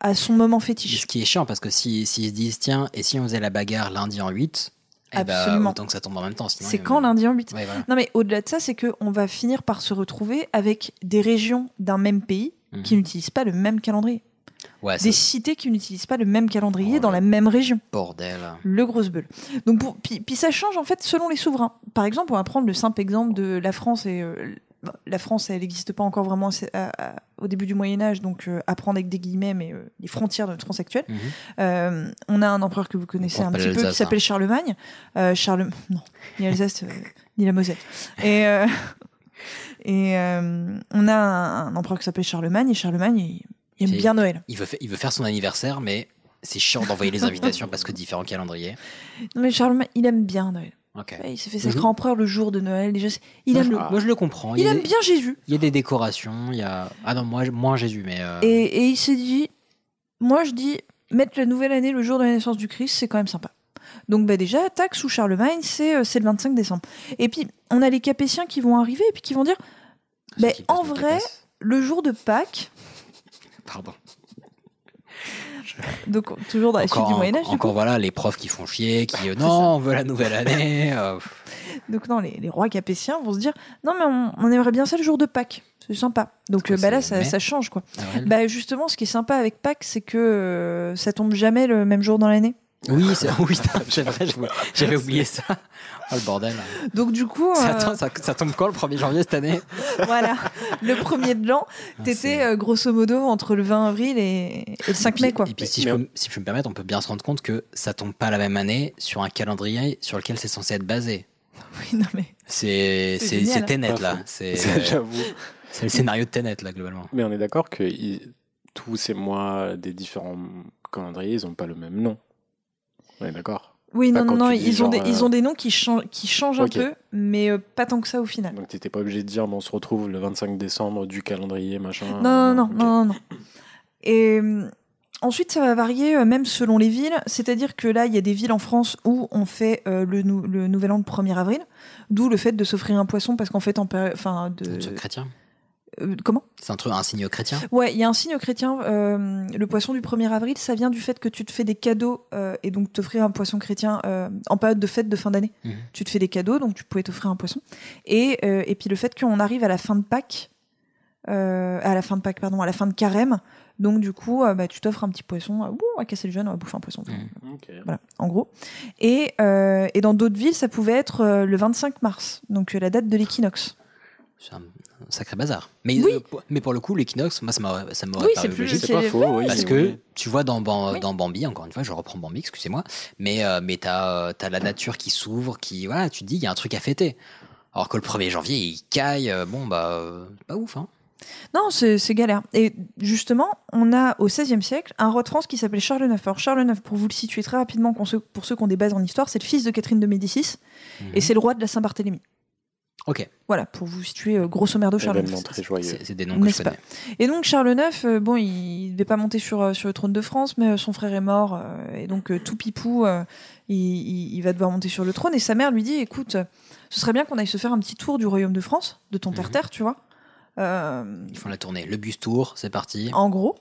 Speaker 7: à son moment
Speaker 2: Mais
Speaker 7: fétiche.
Speaker 2: Ce qui est chiant parce que s'ils si, s'ils se disent tiens, et si on faisait la bagarre lundi en 8, eh ben,
Speaker 7: Absolument.
Speaker 2: autant que ça tombe en même temps. sinon,
Speaker 7: C'est
Speaker 2: euh,
Speaker 7: quand lundi en 8
Speaker 2: ouais, voilà.
Speaker 7: Non mais au-delà de ça, c'est qu'on va finir par se retrouver avec des régions d'un même pays
Speaker 2: Mhm.
Speaker 7: qui n'utilisent pas le même calendrier.
Speaker 2: Ouais, c'est
Speaker 7: Des cités qui n'utilisent pas le même calendrier
Speaker 2: Oh
Speaker 7: dans
Speaker 2: là.
Speaker 7: la même région.
Speaker 2: le bordel.
Speaker 7: Le gros bulle. Donc pour- puis, puis ça change en fait selon les souverains. Par exemple, on va prendre le simple exemple de la France et... euh, bon, la France, elle n'existe pas encore vraiment assez- à- à- au début du Moyen Âge, donc euh, à prendre avec des guillemets, mais euh, les frontières de notre France actuelle.
Speaker 2: Mhm.
Speaker 7: Euh, on a un empereur que vous connaissez
Speaker 2: On
Speaker 7: un
Speaker 2: parle
Speaker 7: petit
Speaker 2: pas
Speaker 7: peu qui
Speaker 2: d'Alsace, hein.
Speaker 7: s'appelle Charlemagne. Euh, Charle... Non, ni Alsace, euh, ni la Moselle. Et, euh, et euh, on a un, un empereur qui s'appelle Charlemagne, et Charlemagne, il, il
Speaker 2: C'est-
Speaker 7: aime bien Noël.
Speaker 2: Il veut, fa- il veut faire son anniversaire, mais c'est chiant d'envoyer les invitations parce que différents calendriers.
Speaker 7: Non, mais Charlemagne, il aime bien Noël.
Speaker 2: Ok.
Speaker 7: Ouais, Il s'est fait
Speaker 2: Le
Speaker 7: sacré
Speaker 2: jour-
Speaker 7: empereur le jour de Noël. Déjà, c'est- il
Speaker 2: moi,
Speaker 7: aime
Speaker 2: Mhm. je,
Speaker 7: le-
Speaker 2: moi, je le comprends.
Speaker 7: Il
Speaker 2: y a
Speaker 7: aime
Speaker 2: des-
Speaker 7: bien Jésus.
Speaker 2: Il y a des décorations. Il y a... Ah non, moi, je- moins Jésus, mais. euh,
Speaker 7: Et, et il s'est dit, moi je dis, mettre la nouvelle année le jour de la naissance du Christ, c'est quand même sympa. Donc bah déjà, tac, sous Charlemagne, c'est euh, c'est le 25 décembre. Et puis, on a les Capétiens qui vont arriver et puis qui vont dire,
Speaker 2: ceux
Speaker 7: mais
Speaker 2: qui passent
Speaker 7: ben, en
Speaker 2: pour des
Speaker 7: vrai-
Speaker 2: casses.
Speaker 7: le jour de Pâques,
Speaker 2: Pardon.
Speaker 7: donc toujours dans la suite
Speaker 2: Encore,
Speaker 7: bah, du Moyen-Âge,
Speaker 2: encore, voilà, les profs qui font chier, qui. euh, non, on veut la nouvelle année. euh, pff,
Speaker 7: donc non, les, les rois capétiens vont se dire, non mais on, on aimerait bien ça le jour de Pâques, c'est sympa.
Speaker 2: Parce
Speaker 7: Donc
Speaker 2: que
Speaker 7: euh, bah là,
Speaker 2: c'est Mmh.
Speaker 7: ça,
Speaker 2: mai.
Speaker 7: ça change quoi.
Speaker 2: Noël.
Speaker 7: Bah justement, ce qui est sympa avec Pâques, c'est que euh, ça tombe jamais le même jour dans l'année.
Speaker 2: Oui, c'est oui, c'est vrai, j'avais- j'avais oublié ça. Oh le bordel.
Speaker 7: Donc du coup,
Speaker 2: Ça,
Speaker 7: euh,
Speaker 2: attends, ça, ça tombe quand le 1er janvier cette année
Speaker 7: voilà, le premier de l'an,
Speaker 2: Ah,
Speaker 7: T'étais
Speaker 2: c'est-
Speaker 7: euh, grosso modo entre le 20 avril et, et le 5 mai, quoi.
Speaker 2: Et puis, si, je
Speaker 1: Mais-
Speaker 2: peux, si je peux me permettre, on peut bien se rendre compte que ça tombe pas la même année sur un calendrier sur lequel c'est censé être basé.
Speaker 7: Oui, non, mais
Speaker 2: C'est
Speaker 7: C'est
Speaker 2: c'est-
Speaker 7: génial.
Speaker 2: c'est Tenet là.
Speaker 1: Parfait.
Speaker 2: C'est Euh,
Speaker 1: J'avoue.
Speaker 2: c'est le scénario de Tenet là globalement.
Speaker 1: Mais on est d'accord que i- tous ces mois des différents calendriers, ils n'ont pas le même nom. On est d'accord.
Speaker 7: Oui,
Speaker 1: Pas
Speaker 7: non, non,
Speaker 1: quand
Speaker 7: non,
Speaker 1: tu dis
Speaker 7: ils, ont des,
Speaker 1: genre,
Speaker 7: ils
Speaker 1: euh,
Speaker 7: ont des noms qui, changent qui changent
Speaker 1: Ok.
Speaker 7: un peu, mais euh, pas tant que ça au final.
Speaker 1: Donc t'étais pas obligé de dire, mais on se retrouve le 25 décembre du calendrier,
Speaker 2: Ah,
Speaker 1: machin.
Speaker 7: Non, non, non,
Speaker 1: Ok.
Speaker 7: non, non, non. Et euh, ensuite, ça va varier euh, même selon les villes. C'est-à-dire que là, il y a des villes en France où on fait euh, le, nou- le nouvel an le 1er avril, d'où le fait de s'offrir un poisson parce qu'en fait, en période. Enfin,
Speaker 2: C'est un
Speaker 7: de.
Speaker 2: truc chrétien.
Speaker 7: euh, comment
Speaker 2: C'est un truc, un signe chrétien.
Speaker 7: Ouais, il y a un signe chrétien. euh, le poisson du 1er avril, ça vient du fait que tu te fais des cadeaux euh, et donc t'offrir un poisson chrétien euh, en période de fête de fin d'année.
Speaker 2: Mhm.
Speaker 7: Tu te fais des cadeaux, donc tu pouvais t'offrir un poisson. Et, euh, et puis le fait qu'on arrive à la fin de Pâques, euh, à la fin de Pâques, pardon, à la fin de Carême, donc du coup, euh, bah, tu t'offres un petit poisson. Ah, ouh, on va casser le jeûne, on va bouffer un poisson.
Speaker 2: Mhm.
Speaker 1: Ok.
Speaker 7: Voilà, en gros. Et, euh, et dans d'autres villes, ça pouvait être euh, le 25 mars, donc euh, la date de l'équinoxe.
Speaker 2: C'est un, un sacré bazar. Mais,
Speaker 7: Oui.
Speaker 2: euh, pour- mais pour le coup, l'équinoxe, moi ça m'aurait ça m'aurait
Speaker 7: Oui,
Speaker 2: paru
Speaker 7: c'est plus
Speaker 2: logique.
Speaker 1: C'est pas
Speaker 7: c'est-
Speaker 1: faux, oui.
Speaker 2: Parce
Speaker 1: c'est-
Speaker 2: que tu vois dans, Ban-
Speaker 7: Oui.
Speaker 2: dans Bambi, encore une fois, je reprends Bambi, excusez-moi, mais, euh, mais t'as euh, t'as la nature qui s'ouvre, qui voilà, tu te dis il y a un truc à fêter. Alors que le 1er janvier, il caille, euh, bon bah euh, pas ouf. Hein.
Speaker 7: Non, c'est c'est galère. Et justement, on a au XVIe siècle un roi de France qui s'appelait Charles IX. Alors Charles IX, pour vous le situer très rapidement, pour ceux, pour ceux qui ont des bases en histoire, c'est le fils de Catherine de Médicis
Speaker 2: Mhm.
Speaker 7: et c'est le roi de la Saint-Barthélemy.
Speaker 2: Ok.
Speaker 7: Voilà, pour vous situer euh, grosso merdo Charles IX.
Speaker 1: Événement très joyeux.
Speaker 2: C'est c'est des noms que je
Speaker 7: N'est-ce
Speaker 2: connais.
Speaker 7: Et donc Charles IX, euh, bon, il ne devait pas monter sur, euh, sur le trône de France, mais euh, son frère est mort, euh, et donc euh, tout pipou, euh, il, il- il va devoir monter sur le trône. Et sa mère lui dit, écoute, euh, ce serait bien qu'on aille se faire un petit tour du royaume de France, de ton
Speaker 2: Mhm.
Speaker 7: terre-terre, tu vois, euh,
Speaker 2: Ils font la tournée. Le bus tour, c'est parti.
Speaker 7: en gros,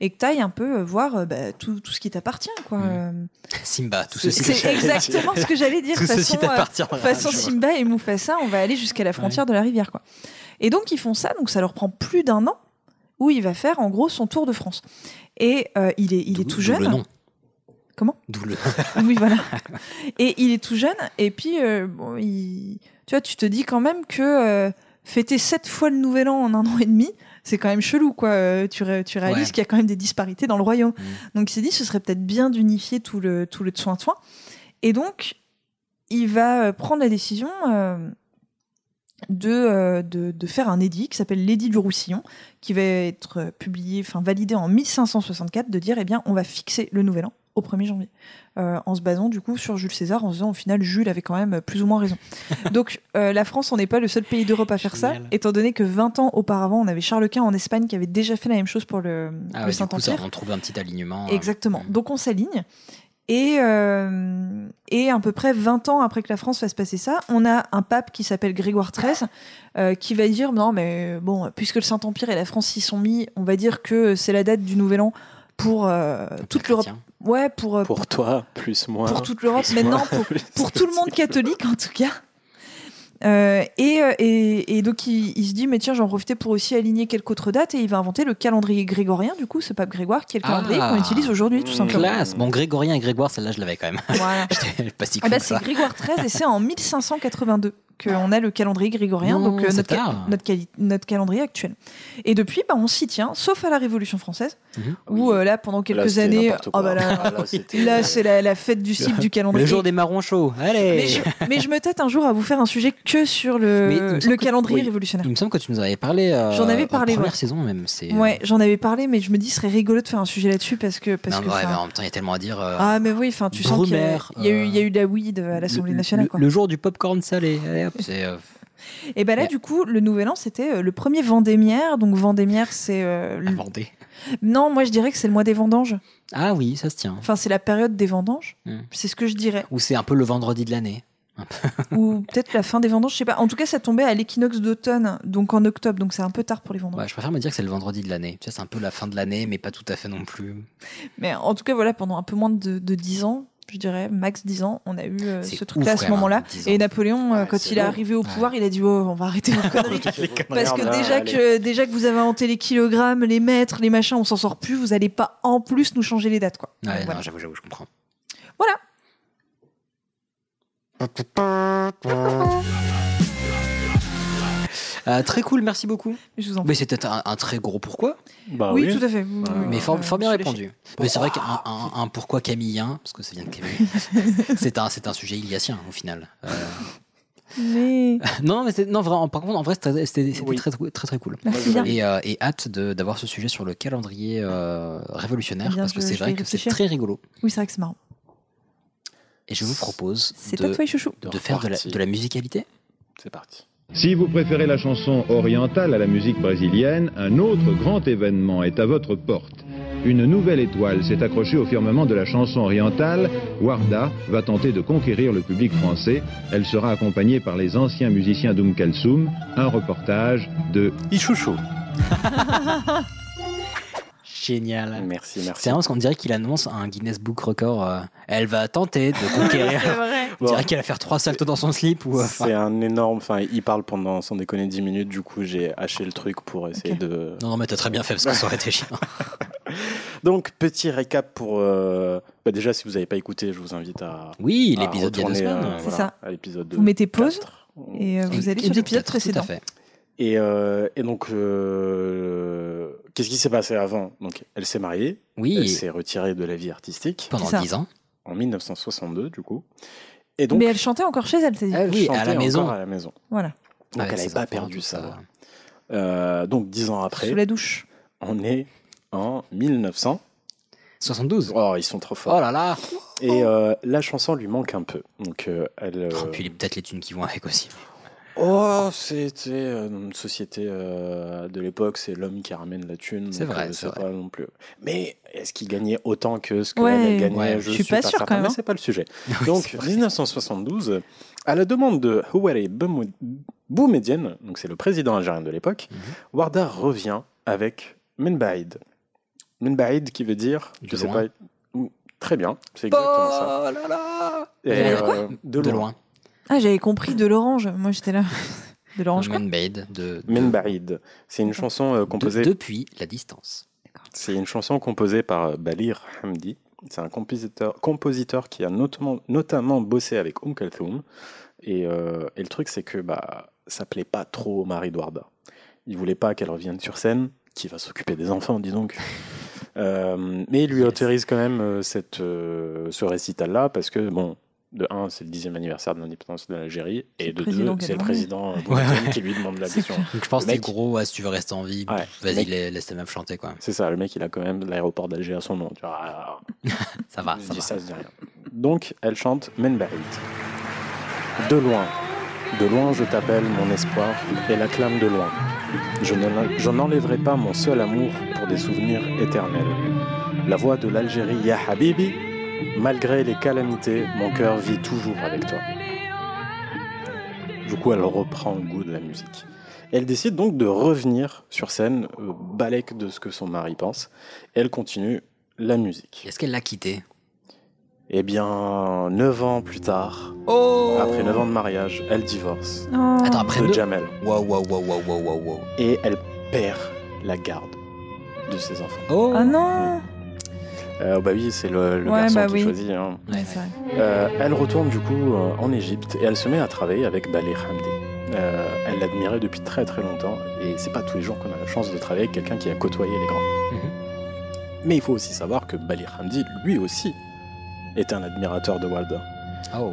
Speaker 7: et que t'ailles un peu euh, voir euh, bah, tout, tout ce qui t'appartient, quoi.
Speaker 2: Mhm. Simba, tout
Speaker 7: Euh,
Speaker 2: ceci.
Speaker 7: C'est exactement ce que j'allais dire.
Speaker 2: Tout
Speaker 7: de toute
Speaker 2: ceci
Speaker 7: façon, euh,
Speaker 2: t'appartient.
Speaker 7: de toute façon
Speaker 2: Je vois.
Speaker 7: Simba et Mufasa, on va aller jusqu'à la frontière de la rivière, quoi. Et donc ils font ça, donc ça leur prend plus d'un an où il va faire en gros son tour de France. Et euh, il est, il
Speaker 2: D'où-
Speaker 7: est tout
Speaker 2: d'où
Speaker 7: jeune.
Speaker 2: Le nom.
Speaker 7: Comment
Speaker 2: D'où le.
Speaker 7: Oui, voilà. Et il est tout jeune, et puis euh, bon, il- tu vois, tu te dis quand même que euh, fêter sept fois le Nouvel An en un an et demi, c'est quand même chelou, quoi. Euh, tu, ré- tu réalises
Speaker 2: Ouais.
Speaker 7: qu'il y a quand même des disparités dans le royaume.
Speaker 2: Mhm.
Speaker 7: Donc il s'est dit, ce serait peut-être bien d'unifier tout le tout le soin soin. Et donc, il va euh, prendre la décision. euh, de, euh, de, de faire un édit qui s'appelle l'édit du Roussillon, qui va être euh, publié, enfin validé en 1564, de dire, eh bien, on va fixer le nouvel an au 1er janvier, Euh, en se basant du coup sur Jules César, en se disant au final, Jules avait quand même euh, plus ou moins raison. Donc euh, la France, on n'est pas le seul pays d'Europe à faire ça,
Speaker 2: Génial.
Speaker 7: étant donné que 20 ans auparavant, on avait Charles Quint en Espagne qui avait déjà fait la même chose pour le,
Speaker 2: Ah ouais,
Speaker 7: le
Speaker 2: du coup, ça,
Speaker 7: Saint-Empire.
Speaker 2: on trouve un petit alignement. euh,
Speaker 7: Exactement. Donc on s'aligne. Et, euh, et à peu près 20 ans après que la France fasse passer ça, on a un pape qui s'appelle Grégoire XIII euh, qui va dire non mais bon puisque le Saint-Empire et la France s'y sont mis, on va dire que c'est la date du Nouvel An pour euh, toute l'Europe.
Speaker 2: chrétien.
Speaker 7: Ouais, pour euh,
Speaker 1: Pour toi, plus moi.
Speaker 7: pour toute l'Europe,
Speaker 1: plus
Speaker 7: maintenant
Speaker 1: moi,
Speaker 7: pour,
Speaker 1: plus-
Speaker 7: pour tout le monde catholique en tout cas. Euh, et, euh, et, et donc il, il se dit mais tiens j'en profitais pour aussi aligner quelques autres dates et il va inventer le calendrier grégorien du coup ce pape Grégoire qui est le
Speaker 2: Ah.
Speaker 7: calendrier qu'on utilise aujourd'hui tout
Speaker 1: Mmh.
Speaker 7: simplement.
Speaker 2: Classe. Bon, Grégorien et Grégoire, celle-là, je l'avais quand même.
Speaker 7: Voilà.
Speaker 2: J'étais pas si
Speaker 7: Ah
Speaker 2: con
Speaker 7: bah,
Speaker 2: que
Speaker 7: c'est
Speaker 2: ça.
Speaker 7: Grégoire XIII et c'est en 1582 qu'on a le calendrier grégorien,
Speaker 2: Non,
Speaker 7: donc euh,
Speaker 2: c'est
Speaker 7: notre, ca-
Speaker 2: tard.
Speaker 7: notre, quali- notre calendrier actuel. Et depuis, bah, on s'y tient, sauf à la Révolution française,
Speaker 2: Mhm.
Speaker 7: où euh, là, pendant
Speaker 1: Là,
Speaker 7: quelques
Speaker 1: c'était
Speaker 7: années,
Speaker 1: n'importe
Speaker 7: ah
Speaker 1: quoi.
Speaker 7: bah
Speaker 1: Ah,
Speaker 7: là,
Speaker 1: là, c'était-
Speaker 7: là c'est la, la fête du cible du
Speaker 2: Le
Speaker 7: calendrier.
Speaker 2: jour des marrons chauds. Allez.
Speaker 7: mais, je, mais je me tâte un jour à vous faire un sujet que sur le,
Speaker 2: Mais il me semble
Speaker 7: le
Speaker 2: que-
Speaker 7: calendrier
Speaker 2: oui.
Speaker 7: révolutionnaire.
Speaker 2: Il me semble que tu nous en avais parlé. euh,
Speaker 7: J'en avais
Speaker 2: en
Speaker 7: parlé,
Speaker 2: Première
Speaker 7: ouais.
Speaker 2: saison même. C'est. euh,
Speaker 7: Ouais, j'en avais parlé, mais je me dis, ce serait rigolo de faire un sujet là-dessus parce que. Parce
Speaker 2: Non,
Speaker 7: que
Speaker 2: mais ouais,
Speaker 7: enfin,
Speaker 2: mais en même temps, il y a tellement à dire. euh,
Speaker 7: ah, mais oui, enfin, tu sens qu'il y, a-
Speaker 2: Brumaire,
Speaker 7: il y a eu- il y a
Speaker 2: euh,
Speaker 7: eu de la weed à l'Assemblée
Speaker 2: le-
Speaker 7: nationale.
Speaker 2: le-
Speaker 7: quoi.
Speaker 2: Le jour du popcorn salé. Allez, hop, c'est, euh,
Speaker 7: Et ben là,
Speaker 2: Ouais.
Speaker 7: du coup, le nouvel an, c'était euh, le premier Vendémiaire. Donc, Vendémiaire, c'est. euh, le-
Speaker 2: inventé.
Speaker 7: Non, moi, je dirais que c'est le mois des vendanges.
Speaker 2: Ah oui, ça se tient.
Speaker 7: Enfin, c'est la période des vendanges.
Speaker 2: Mm.
Speaker 7: C'est ce que je dirais.
Speaker 2: Ou c'est un peu le vendredi de l'année.
Speaker 7: Ou peut-être la fin des vendanges, je sais pas. En tout cas, ça tombait à l'équinoxe d'automne, donc en octobre. Donc, c'est un peu tard pour les vendanges.
Speaker 2: Ouais, je préfère me dire que c'est le vendredi de l'année. Tu sais, c'est un peu la fin de l'année, mais pas tout à fait non plus.
Speaker 7: Mais en tout cas, voilà, pendant un peu moins de, de 10 ans, je dirais, max 10 ans, on a eu euh,
Speaker 2: C'est
Speaker 7: ce truc-là à
Speaker 2: ouf,
Speaker 7: ce
Speaker 2: quand même,
Speaker 7: moment-là.
Speaker 2: hein, 10 ans.
Speaker 7: Et Napoléon, euh,
Speaker 1: Ouais,
Speaker 7: quand
Speaker 1: c'est
Speaker 7: il est
Speaker 1: long.
Speaker 7: arrivé au
Speaker 2: Ouais.
Speaker 7: pouvoir, il a dit Oh, on va arrêter vos conneries. Parce que
Speaker 1: Merde,
Speaker 7: déjà
Speaker 1: allez.
Speaker 7: que, déjà que vous avez inventé les kilogrammes, les mètres, les machins, on s'en sort plus, vous allez pas en plus nous changer les dates. Quoi.
Speaker 2: Ouais,
Speaker 7: Donc,
Speaker 2: non,
Speaker 7: voilà.
Speaker 2: j'avoue, j'avoue, je comprends. Euh, très cool, merci beaucoup.
Speaker 7: Je vous en
Speaker 2: Mais Ah c'était un, un très gros pourquoi,
Speaker 1: Bah
Speaker 7: oui,
Speaker 1: oui.
Speaker 7: tout à fait. Oui, oui,
Speaker 2: mais
Speaker 7: oui.
Speaker 2: fort,
Speaker 7: Euh,
Speaker 2: fort bien
Speaker 7: je l'ai
Speaker 2: répondu. Mais c'est vrai qu'un un, un pourquoi camillien, parce que ça vient de Camille, c'est un, c'est un sujet iliacien au final. Euh,
Speaker 7: chez- Mais
Speaker 2: non, mais c'est- non, vraiment, par contre, en vrai, c'était c'était- c'était
Speaker 1: Oui.
Speaker 2: très, très très cool.
Speaker 7: merci bien.
Speaker 2: Et, euh, et hâte de- d'avoir ce sujet sur le calendrier euh, révolutionnaire,
Speaker 7: Eh bien,
Speaker 2: parce que
Speaker 7: je-
Speaker 2: c'est
Speaker 7: je
Speaker 2: vrai
Speaker 7: vais
Speaker 2: que c'est
Speaker 7: réfléchir.
Speaker 2: très rigolo.
Speaker 7: Oui, c'est vrai que c'est marrant.
Speaker 2: Et je vous propose
Speaker 7: C'est à
Speaker 2: de,
Speaker 7: toi, chouchou.
Speaker 2: de faire de la, de la musicalité.
Speaker 1: C'est parti.
Speaker 3: Si vous préférez la chanson orientale à la musique brésilienne, un autre grand événement est à votre porte. Une nouvelle étoile s'est accrochée au firmament de la chanson orientale. Warda va tenter de conquérir le public français. Elle sera accompagnée par les anciens musiciens d'Oum Kalsoum. Un reportage de
Speaker 1: Ichouchou.
Speaker 2: Génial.
Speaker 1: Merci,
Speaker 2: C'est
Speaker 1: merci.
Speaker 2: vraiment parce qu'on dirait qu'il annonce un Guinness Book Record. euh, elle va tenter de conquérir.
Speaker 7: vrai.
Speaker 2: On
Speaker 1: Bon,
Speaker 2: dirait qu'elle va faire trois saltos dans son slip. Ou, euh,
Speaker 1: C'est un énorme. Enfin, il parle pendant, sans déconner, 10 minutes. Du coup, j'ai haché le truc pour essayer
Speaker 7: Ok.
Speaker 1: de.
Speaker 2: Non, non, mais t'as très bien fait parce que ça aurait été chiant.
Speaker 1: Donc, petit récap pour. euh, bah, déjà, si vous n'avez pas écouté, je vous invite à.
Speaker 2: Oui,
Speaker 1: à
Speaker 2: l'épisode d'il y a deux
Speaker 1: retourner,
Speaker 2: semaines.
Speaker 1: euh,
Speaker 7: C'est
Speaker 1: voilà,
Speaker 7: ça.
Speaker 1: À l'épisode
Speaker 7: Vous mettez pause
Speaker 1: 4.
Speaker 7: et euh, vous allez sur
Speaker 2: Épisode
Speaker 7: l'épisode
Speaker 2: quatre, tout à
Speaker 7: précédent.
Speaker 2: fait.
Speaker 1: Et, euh, et donc, euh, qu'est-ce qui s'est passé avant Donc, elle s'est mariée. Elle
Speaker 2: Oui,
Speaker 1: s'est retirée de la vie artistique
Speaker 7: C'est
Speaker 2: pendant
Speaker 7: ça.
Speaker 2: dix ans.
Speaker 1: en 1962, du coup. Et donc,
Speaker 7: mais
Speaker 2: Eh,
Speaker 7: elle chantait encore chez elle, t'as dit.
Speaker 1: elle
Speaker 2: Oui, à
Speaker 1: chantait
Speaker 2: la maison.
Speaker 1: encore à la maison.
Speaker 7: Voilà.
Speaker 1: Donc,
Speaker 2: Avec
Speaker 1: elle
Speaker 2: ses
Speaker 1: n'avait pas
Speaker 2: enfants,
Speaker 1: perdu
Speaker 2: tout
Speaker 1: ça. Euh, donc dix ans après,
Speaker 7: Sous la douche.
Speaker 1: on est en 1900.
Speaker 2: 72.
Speaker 1: Oh, ils sont trop forts.
Speaker 2: Oh là là
Speaker 1: Et euh, la chanson lui manque un peu. Donc euh, elle. euh,
Speaker 2: Oh, puis les- peut-être les thunes qui vont avec aussi.
Speaker 1: Oh, c'était euh, une société euh, de l'époque, c'est l'homme qui ramène la thune.
Speaker 2: C'est
Speaker 1: donc,
Speaker 2: vrai,
Speaker 1: euh,
Speaker 2: c'est vrai.
Speaker 1: pas non plus. Mais est-ce qu'il gagnait autant que ce que
Speaker 7: Ouais,
Speaker 1: elle gagnait
Speaker 2: ouais.
Speaker 1: Je
Speaker 7: Je suis pas sûre,
Speaker 1: certain,
Speaker 7: quand même,
Speaker 1: mais
Speaker 7: hein.
Speaker 1: c'est pas le sujet.
Speaker 2: Oui,
Speaker 1: Donc,
Speaker 2: c'est vrai.
Speaker 1: 1972, à la demande de Houari Boumou- Boumediene, donc c'est le président algérien de l'époque,
Speaker 2: Mhm.
Speaker 1: Warda revient avec Menbaïd. Menbaïd qui veut dire,
Speaker 2: De
Speaker 1: je sais
Speaker 2: loin.
Speaker 1: pas, Mm, très bien, c'est exactement ça.
Speaker 2: Oh là là
Speaker 1: Et,
Speaker 2: De quoi
Speaker 1: euh,
Speaker 2: De loin.
Speaker 7: Ah, j'avais compris de l'orange. Moi, j'étais là. De l'orange, quoi.
Speaker 2: Man Made de, de-
Speaker 1: Menbaïd, c'est une chanson euh, composée
Speaker 2: de- depuis la distance.
Speaker 1: C'est une chanson composée par euh, Balir Hamdi. C'est un compositeur, compositeur qui a notamment, notamment bossé avec Um Kulthum. Et, euh, et le truc, c'est que bah, ça plaît pas trop au mari d'Warda. Il voulait pas qu'elle revienne sur scène, qui va s'occuper des enfants, dis donc. Euh, mais il lui
Speaker 2: Yes.
Speaker 1: autorise quand même euh, cette, euh, ce récital-là, parce que, bon, de un, c'est le dixième anniversaire de l'indépendance de l'Algérie, et
Speaker 7: le
Speaker 1: de
Speaker 7: président
Speaker 1: deux,
Speaker 7: qui a
Speaker 1: c'est le
Speaker 7: demandé.
Speaker 1: président euh,
Speaker 2: Ouais,
Speaker 1: Boumediene qui lui demande la
Speaker 7: C'est
Speaker 1: mission.
Speaker 7: clair.
Speaker 2: Donc je pense
Speaker 1: Le
Speaker 2: que
Speaker 1: mec-
Speaker 2: gros, ouais, si tu veux rester en vie,
Speaker 1: Ouais.
Speaker 2: vas-y,
Speaker 1: Mec-
Speaker 2: la- laisse ta meuf chanter, quoi.
Speaker 1: C'est ça, le mec, il a quand même l'aéroport d'Alger à son nom. Tu vois, Ah,
Speaker 2: Ça va,
Speaker 1: Je
Speaker 2: ça
Speaker 1: dis
Speaker 2: va.
Speaker 1: ça, je dis rien. Donc, elle chante Menbarit. De loin, de loin je t'appelle mon espoir et l'acclame de loin. Je ne l'en- je n'enlèverai pas mon seul amour pour des souvenirs éternels. La voix de l'Algérie, Ya Habibi, malgré les calamités, mon cœur vit toujours avec toi. Du coup, elle reprend le goût de la musique. Elle décide donc de revenir sur scène, euh, balèque de ce que son mari pense. Elle continue la musique.
Speaker 2: Est-ce qu'elle l'a quitté
Speaker 1: Eh bien, 9 ans plus tard,
Speaker 2: Oh
Speaker 1: après 9 ans de mariage, elle divorce
Speaker 7: Oh.
Speaker 2: Attends, après
Speaker 1: de
Speaker 2: deux.
Speaker 1: Jamel
Speaker 2: Oh Waouh, waouh, waouh, waouh, waouh, waouh, waouh.
Speaker 1: et elle perd la garde de ses enfants.
Speaker 2: Oh
Speaker 7: Ah non
Speaker 1: Euh, bah oui, c'est le, le
Speaker 7: Ouais,
Speaker 1: garçon
Speaker 7: bah
Speaker 1: qui
Speaker 7: oui.
Speaker 1: choisit. hein.
Speaker 2: Ouais, ouais.
Speaker 7: Ouais, c'est vrai.
Speaker 1: Euh, elle retourne du coup euh, en Égypte et elle se met à travailler avec Balé Hamdi. Euh, elle l'admirait depuis très très longtemps et c'est pas tous les jours qu'on a la chance de travailler avec quelqu'un qui a côtoyé les grands.
Speaker 2: Mhm.
Speaker 1: Mais il faut aussi savoir que Balé Hamdi, lui aussi, est un admirateur de Walda.
Speaker 2: Oh.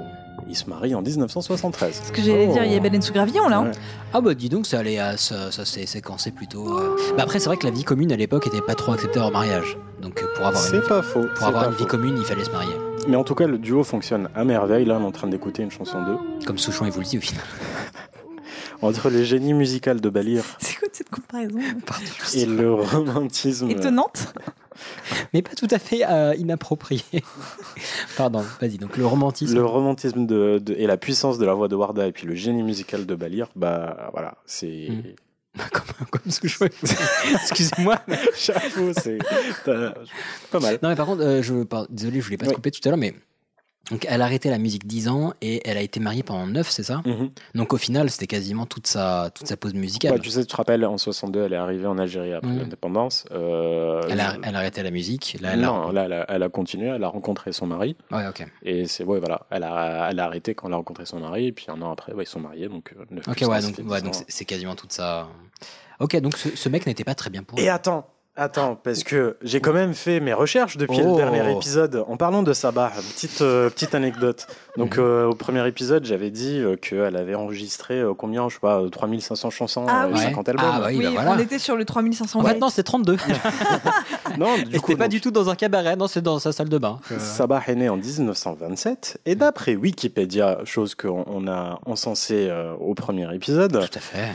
Speaker 1: Il se marie en 1973.
Speaker 7: Parce que j'allais
Speaker 1: Oh.
Speaker 7: dire, il y a Baleine sous gravillon, là. hein.
Speaker 1: Ouais.
Speaker 2: Ah bah dis donc, ça allait à- ça, ça s'est séquencé plutôt. euh. Bah après, c'est vrai que la vie commune à l'époque était pas trop acceptée en mariage. Donc euh, pour avoir une,
Speaker 1: C'est pas faux.
Speaker 2: pour
Speaker 1: c'est
Speaker 2: avoir
Speaker 1: pas
Speaker 2: une vie
Speaker 1: faux.
Speaker 2: commune, il fallait se marier.
Speaker 1: Mais en tout cas, le duo fonctionne à merveille. Là, on est en train d'écouter une chanson d'eux.
Speaker 2: Comme Souchon, il vous le dit au final.
Speaker 1: Entre le génie musical de Balir
Speaker 7: C'est quoi cette comparaison euh,
Speaker 2: Pardon, je
Speaker 1: et
Speaker 2: sais
Speaker 1: le romantisme.
Speaker 7: Étonnante.
Speaker 2: pas. Mais pas tout à fait euh, inapproprié. Pardon, vas-y, donc le romantisme.
Speaker 1: Le romantisme de, de- et la puissance de la voix de Warda et puis le génie musical de Balir, bah voilà, c'est.
Speaker 2: Mm. comme, comme Souchon, il vous le dit. Excusez-moi. mais-
Speaker 1: Chapeau, c'est. t'as- Pas mal.
Speaker 2: Non mais par contre, euh, je, par- désolé, je voulais pas te
Speaker 1: Oui.
Speaker 2: couper tout à l'heure, mais... Donc elle a arrêté la musique 10 ans et elle a été mariée pendant 9, c'est ça
Speaker 1: Mhm.
Speaker 2: Donc au final, c'était quasiment toute sa, toute sa pause musicale.
Speaker 1: Bah, tu sais, tu te rappelles, en 62, elle est arrivée en Algérie après
Speaker 2: Mm.
Speaker 1: l'indépendance. euh,
Speaker 2: Elle a, elle a arrêté la musique. Là, elle a-
Speaker 1: non, là, elle a- elle a continué, elle a rencontré son mari.
Speaker 2: Ouais, ok.
Speaker 1: Et c'est, ouais, voilà, elle a, elle a arrêté quand elle a rencontré son mari, et puis un an après, ouais, ils sont mariés, donc euh, neuf
Speaker 2: Ok,
Speaker 1: plus
Speaker 2: ouais,
Speaker 1: un, ça
Speaker 2: donc
Speaker 1: fait
Speaker 2: ouais,
Speaker 1: dix
Speaker 2: donc
Speaker 1: ans.
Speaker 2: c'est- c'est quasiment toute ça. Ok, donc ce, ce mec n'était pas très bien pour
Speaker 1: Et
Speaker 2: elle.
Speaker 1: attends, attends, parce que j'ai quand même fait mes recherches depuis
Speaker 2: Oh.
Speaker 1: le dernier épisode. En parlant de Sabah, petite, euh, petite anecdote.
Speaker 2: Mhm.
Speaker 1: Donc, euh, au premier épisode, j'avais dit euh, qu'elle avait enregistré euh, combien, je sais pas, euh, 3500 chansons
Speaker 7: Ah
Speaker 1: et
Speaker 7: oui.
Speaker 1: 50 albums.
Speaker 2: Ah bah oui, bah voilà.
Speaker 7: on était sur le 3500
Speaker 2: En fait,
Speaker 7: watts.
Speaker 2: non, c'est 32.
Speaker 1: Non,
Speaker 2: Et
Speaker 1: du coup,
Speaker 2: c'était
Speaker 1: donc,
Speaker 2: pas
Speaker 1: euh,
Speaker 2: du tout dans un cabaret, non, c'est dans sa salle de bain. Euh,
Speaker 1: Sabah est né en 1927,
Speaker 2: Mhm.
Speaker 1: et d'après Wikipédia, chose qu'on on a encensée euh, au premier épisode,
Speaker 2: Tout à fait.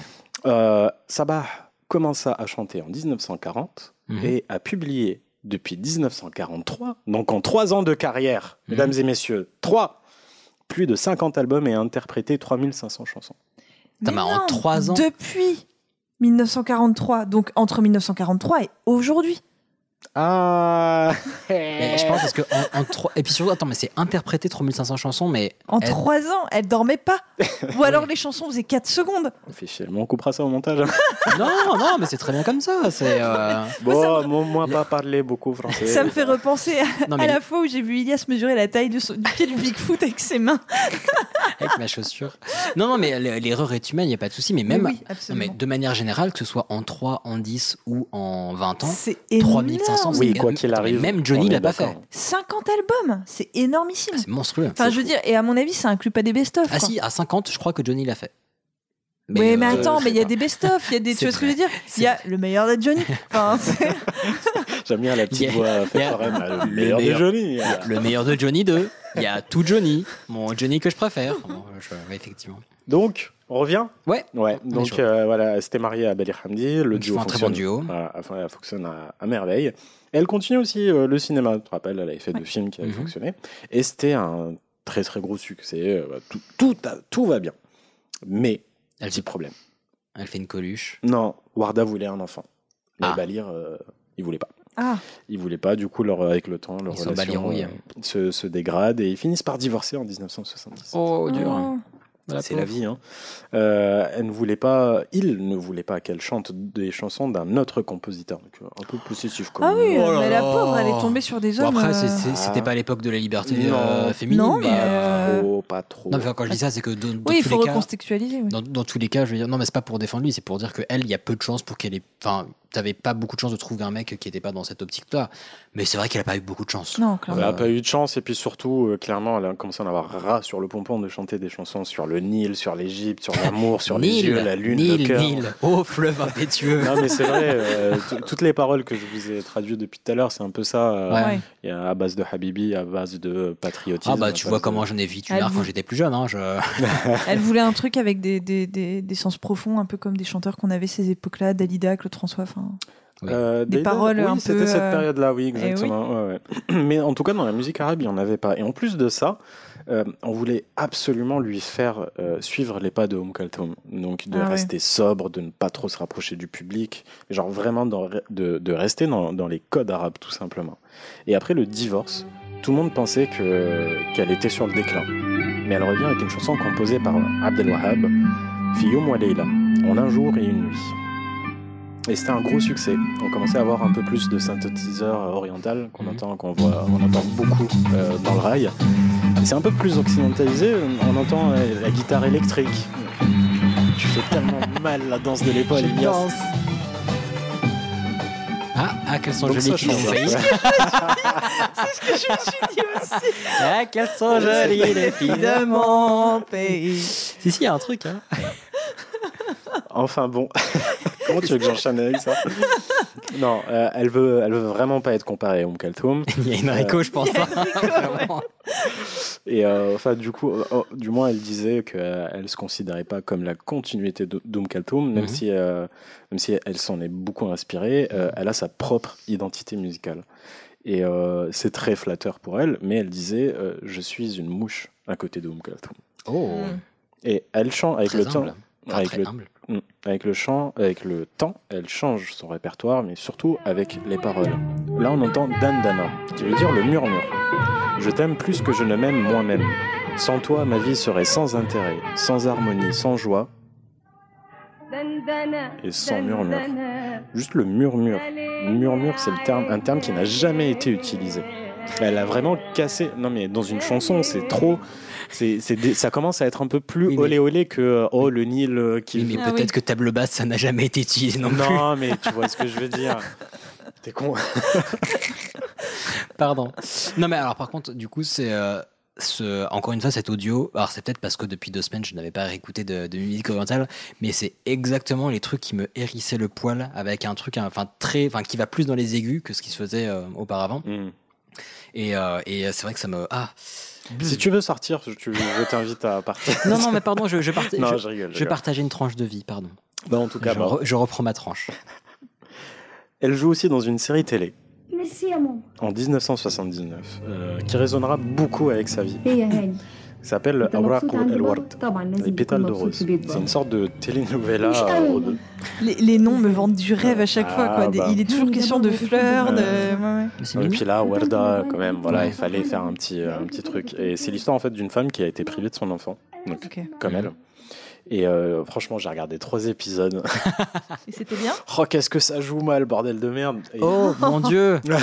Speaker 1: Euh, Sabah commença à chanter en 1940
Speaker 2: Mhm.
Speaker 1: et a publié depuis 1943, donc en trois ans de carrière,
Speaker 2: Mhm.
Speaker 1: mesdames et messieurs, trois, plus de 50 albums et a interprété 3500 chansons.
Speaker 2: Putain, mais en
Speaker 7: non,
Speaker 2: trois ans.
Speaker 7: Depuis 1943, donc entre 1943 et aujourd'hui.
Speaker 1: Ah
Speaker 11: Eh,
Speaker 2: Mais Eh, je pense parce que en, en trois- et puis surtout attends mais c'est interpréter 3500 chansons mais
Speaker 7: En
Speaker 2: elle-
Speaker 7: trois ans, elle dormait pas. Ou alors les chansons faisaient 4 secondes.
Speaker 1: on coupera ça au montage.
Speaker 2: non non mais c'est très bien comme ça c'est euh,
Speaker 1: bon, moi, moi, pas parler beaucoup français.
Speaker 7: Ça me fait repenser à,
Speaker 2: non
Speaker 7: à
Speaker 2: mais
Speaker 7: la fois où j'ai vu Ilias mesurer la taille de son- du pied du Bigfoot avec ses mains.
Speaker 2: avec ma chaussure non non mais l- l'erreur est humaine il y a pas de souci mais même
Speaker 7: Mais oui,
Speaker 2: non, mais
Speaker 7: absolument.
Speaker 2: de manière générale que ce soit en 3 en 10 ou en 20 ans
Speaker 7: C'est énorme.
Speaker 2: 3500
Speaker 1: Oui,
Speaker 2: c'est-
Speaker 1: quoi qu'il
Speaker 2: Attends, mais
Speaker 1: arrive,
Speaker 2: même
Speaker 1: on
Speaker 2: Johnny
Speaker 1: est
Speaker 2: l'a pas
Speaker 1: d'accord.
Speaker 2: fait
Speaker 7: 50 albums, c'est énormissime.
Speaker 2: Ah, c'est monstrueux
Speaker 7: Enfin, je veux dire, et à mon avis, ça inclut pas des best-of.
Speaker 2: Ah
Speaker 7: quoi.
Speaker 2: si, à 50, je crois que Johnny l'a fait.
Speaker 7: Mais, ouais, mais
Speaker 2: euh,
Speaker 7: attends,
Speaker 2: je
Speaker 7: mais il y a
Speaker 2: sais
Speaker 7: des best-of, il y a des.
Speaker 2: C'est
Speaker 7: Tu vois ce que je
Speaker 2: vrai,
Speaker 7: veux dire Il y a le meilleur d'être Johnny. Enfin, c'est-
Speaker 1: hein. J'aime bien la petite
Speaker 2: Yeah.
Speaker 1: voix faite
Speaker 2: Yeah.
Speaker 1: par Rem, là,
Speaker 2: Le
Speaker 1: le meilleur des
Speaker 2: meilleur.
Speaker 1: Johnny. hein.
Speaker 2: pas. Le meilleur de Johnny 2. Il y a tout Johnny. Mon Johnny que je préfère. Bon, je- ouais, effectivement.
Speaker 1: Donc, on revient
Speaker 2: Ouais.
Speaker 1: Ouais,
Speaker 2: On est
Speaker 1: donc
Speaker 2: chaud.
Speaker 1: euh, voilà, c'était mariée à Balir Hamdi, le
Speaker 2: Ils
Speaker 1: duo
Speaker 2: font un très bon
Speaker 1: fonctionne,
Speaker 2: duo.
Speaker 1: voilà, enfin, elle fonctionne à, à merveille. Et elle continue aussi euh, le cinéma, tu te rappelles, elle avait fait deux films qui avaient
Speaker 2: Mhm.
Speaker 1: fonctionné, et c'était un très très gros succès, euh, bah, tout, tout, a- tout va bien. Mais,
Speaker 2: Elle,
Speaker 1: petit problème,
Speaker 2: elle fait une coluche.
Speaker 1: non, Warda voulait un enfant, mais
Speaker 2: Ah.
Speaker 1: Balir, euh, il voulait pas.
Speaker 7: Ah,
Speaker 1: Il voulait pas, du coup, leur, avec le temps, leur
Speaker 2: Ils sont
Speaker 1: relation
Speaker 2: balirouilles.
Speaker 1: euh, se, se dégrade, et ils finissent par divorcer en 1970.
Speaker 2: Oh,
Speaker 1: C'est la vie. Hein. Euh, elle ne voulait pas, il ne voulait pas qu'elle chante des chansons d'un autre compositeur. Donc, euh, un peu possessif comme. euh,
Speaker 7: Ah oui,
Speaker 2: Oh là
Speaker 7: mais la
Speaker 2: là.
Speaker 7: pauvre, elle est tombée sur des
Speaker 2: Bon,
Speaker 7: hommes.
Speaker 2: après,
Speaker 7: euh,
Speaker 2: c'est- c'est- c'était pas l'époque de la liberté
Speaker 1: Non.
Speaker 2: euh, féminine.
Speaker 7: Non,
Speaker 2: mais,
Speaker 7: mais,
Speaker 2: euh,
Speaker 7: euh,
Speaker 1: Oh, pas trop.
Speaker 2: non, mais enfin, quand je dis ça, c'est que dans, dans
Speaker 7: Oui, il
Speaker 2: tous
Speaker 7: faut
Speaker 2: les cas.
Speaker 7: recontextualiser. oui.
Speaker 2: Dans, dans tous les cas, je veux dire, non, mais c'est pas pour défendre lui, c'est pour dire que elle, il y a peu de chances pour qu'elle ait. Enfin, t'avais pas beaucoup de chance de trouver un mec qui était pas dans cette optique-là. Mais c'est vrai qu'elle a pas eu beaucoup de chance.
Speaker 7: Non,
Speaker 1: Elle
Speaker 7: clairement.
Speaker 1: n'a pas eu de chance, et puis surtout, euh, clairement, elle a commencé à en avoir ras sur le pompon de chanter des chansons sur le Nil, sur l'Égypte, sur l'amour, sur les
Speaker 2: Nil,
Speaker 1: yeux, la lune,
Speaker 2: Nil,
Speaker 1: le cœur.
Speaker 2: Nil, oh fleuve impétueux.
Speaker 1: Non, mais c'est vrai, euh, tout- toutes les paroles que je vous ai traduites depuis tout à l'heure, c'est un peu ça. euh,
Speaker 2: Ouais.
Speaker 7: Ouais.
Speaker 1: Il y a à base de Habibi, à base de patriotisme.
Speaker 2: Ah bah
Speaker 1: à
Speaker 2: tu
Speaker 1: base
Speaker 2: vois
Speaker 1: de-
Speaker 2: comment j'en ai vécu
Speaker 7: Ah,
Speaker 2: l'art
Speaker 7: vous-
Speaker 2: quand j'étais plus jeune. Hein, je...
Speaker 7: Elle voulait un truc avec des, des, des, des sens profonds, un peu comme des chanteurs qu'on avait ces époques-là, Dalida, Claude François. Enfin,
Speaker 2: Oui.
Speaker 1: Euh,
Speaker 7: Des paroles
Speaker 1: oui,
Speaker 7: un peu,
Speaker 1: C'était cette
Speaker 7: euh,
Speaker 1: période-là, oui,
Speaker 7: eh oui.
Speaker 1: exactement. Ouais, ouais. Mais en tout cas, dans la musique arabe, il n'y en avait pas. Et en plus de ça, euh, on voulait absolument lui faire euh, suivre les pas de Oum Kalthoum. Donc de
Speaker 7: Ah ouais.
Speaker 1: rester sobre, de ne pas trop se rapprocher du public, genre vraiment dans- de, de rester dans, dans les codes arabes, tout simplement. Et après le divorce, tout le monde pensait que- qu'elle était sur le déclin. Mais elle revient avec une chanson composée par Abdel Wahab, Fiyoum wa Leila, en un jour et une nuit. Et c'était un gros succès. On commençait à avoir un peu plus de synthétiseurs euh, oriental
Speaker 7: Mm-hmm.
Speaker 1: qu'on
Speaker 2: Mhm.
Speaker 1: entend, qu'on voit, on entend beaucoup euh, dans le rail. C'est un peu plus occidentalisé. On entend euh, la guitare électrique. Tu fais tellement mal la danse de l'époque. Ignace.
Speaker 2: Ah, ah, quels sont
Speaker 1: Donc
Speaker 2: jolis
Speaker 1: ça
Speaker 2: qu'ils ont
Speaker 1: change.
Speaker 2: fait.
Speaker 7: je me suis dit aussi.
Speaker 2: Ah, quels sont jolis les filles de
Speaker 7: mon pays.
Speaker 2: Si, si, il y a un truc. Hein.
Speaker 1: Enfin bon, comment tu veux que j'enchaîne avec ça Non, euh, elle veut, elle veut vraiment pas être comparée à Oum Kalthoum.
Speaker 2: Il y a une Rico, je pense. hein, vraiment.
Speaker 1: Et euh, enfin, du coup, euh, oh, du moins, elle disait qu'elle ne se considérait pas comme la continuité de- d'Oum Kalthoum, même,
Speaker 2: Mhm.
Speaker 1: si, euh, même si elle s'en est beaucoup inspirée, euh, elle a sa propre identité musicale. Et euh, c'est très flatteur pour elle, mais elle disait euh, Je suis une mouche à côté d'Oum Kalthoum.
Speaker 2: Oh,
Speaker 1: Et elle chante avec
Speaker 2: très
Speaker 1: le temps.
Speaker 2: humble. Enfin,
Speaker 1: avec
Speaker 2: très
Speaker 1: le-
Speaker 2: humble.
Speaker 1: Avec le chant, avec le temps, elle change son répertoire, mais surtout avec les paroles. Là, on entend dandana, qui veut dire le murmure. Je t'aime plus que je ne m'aime moi-même. Sans toi, ma vie serait sans intérêt, sans harmonie, sans joie,
Speaker 12: et sans murmure.
Speaker 1: juste le murmure.
Speaker 12: Murmure, c'est le terme, un terme qui n'a jamais été utilisé.
Speaker 1: Elle a vraiment cassé. Non, mais dans une chanson, c'est trop. c'est- c'est dé- Ça commence à être un peu plus
Speaker 2: Oui, mais-
Speaker 1: olé olé que euh, oh le Nil euh,
Speaker 2: Oui,
Speaker 1: qui.
Speaker 2: mais
Speaker 7: Ah
Speaker 2: peut-être que
Speaker 7: oui.
Speaker 2: table basse, ça n'a jamais été utilisé non, plus.
Speaker 1: non, mais tu vois ce que je veux dire. T'es con.
Speaker 2: Pardon. Non, mais alors, par contre, du coup, c'est. euh, ce- encore une fois, cet audio, alors c'est peut-être parce que depuis deux semaines je n'avais pas réécouté de, de musique orientale, mais c'est exactement les trucs qui me hérissaient le poil avec un truc, hein, enfin très, enfin qui va plus dans les aigus que ce qui se faisait euh, auparavant.
Speaker 1: Hmm.
Speaker 2: Et, euh, et, euh, c'est vrai que ça me ah
Speaker 1: Si tu veux sortir, je tu- je t'invite à partir.
Speaker 2: non non mais pardon, je je, partais-
Speaker 1: Non,
Speaker 2: je-
Speaker 1: je, rigole.
Speaker 2: je partageais une tranche de vie, pardon.
Speaker 1: Bah, en tout
Speaker 2: Je,
Speaker 1: cas, bah,
Speaker 2: re- je reprends ma tranche.
Speaker 1: elle joue aussi dans une série télé
Speaker 12: Mais c'est à mon
Speaker 1: en 1979 euh, qui résonnera beaucoup avec sa vie.
Speaker 12: pays, Hany.
Speaker 1: Ça s'appelle Awraq El Ward. Les pétales de rose. C'est une sorte de telenovela. euh, de-
Speaker 7: Les, les noms me vendent du rêve à chaque fois. Quoi.
Speaker 1: Ah,
Speaker 7: Des-
Speaker 1: bah.
Speaker 7: Il est toujours question de fleurs. De...
Speaker 1: Euh,
Speaker 7: ouais, ouais.
Speaker 2: Mais c'est
Speaker 1: Et
Speaker 2: mignon.
Speaker 1: puis là, Warda, quand même, voilà,
Speaker 2: Ouais.
Speaker 1: il fallait faire un petit, euh, un petit truc. Et c'est l'histoire en fait d'une femme qui a été privée de son enfant, donc
Speaker 7: Ok.
Speaker 1: comme elle. Et euh, franchement, j'ai regardé trois épisodes.
Speaker 7: Et c'était bien
Speaker 1: Oh, qu'est-ce que ça joue mal, bordel de merde! Et-
Speaker 2: Oh mon dieu
Speaker 1: Ah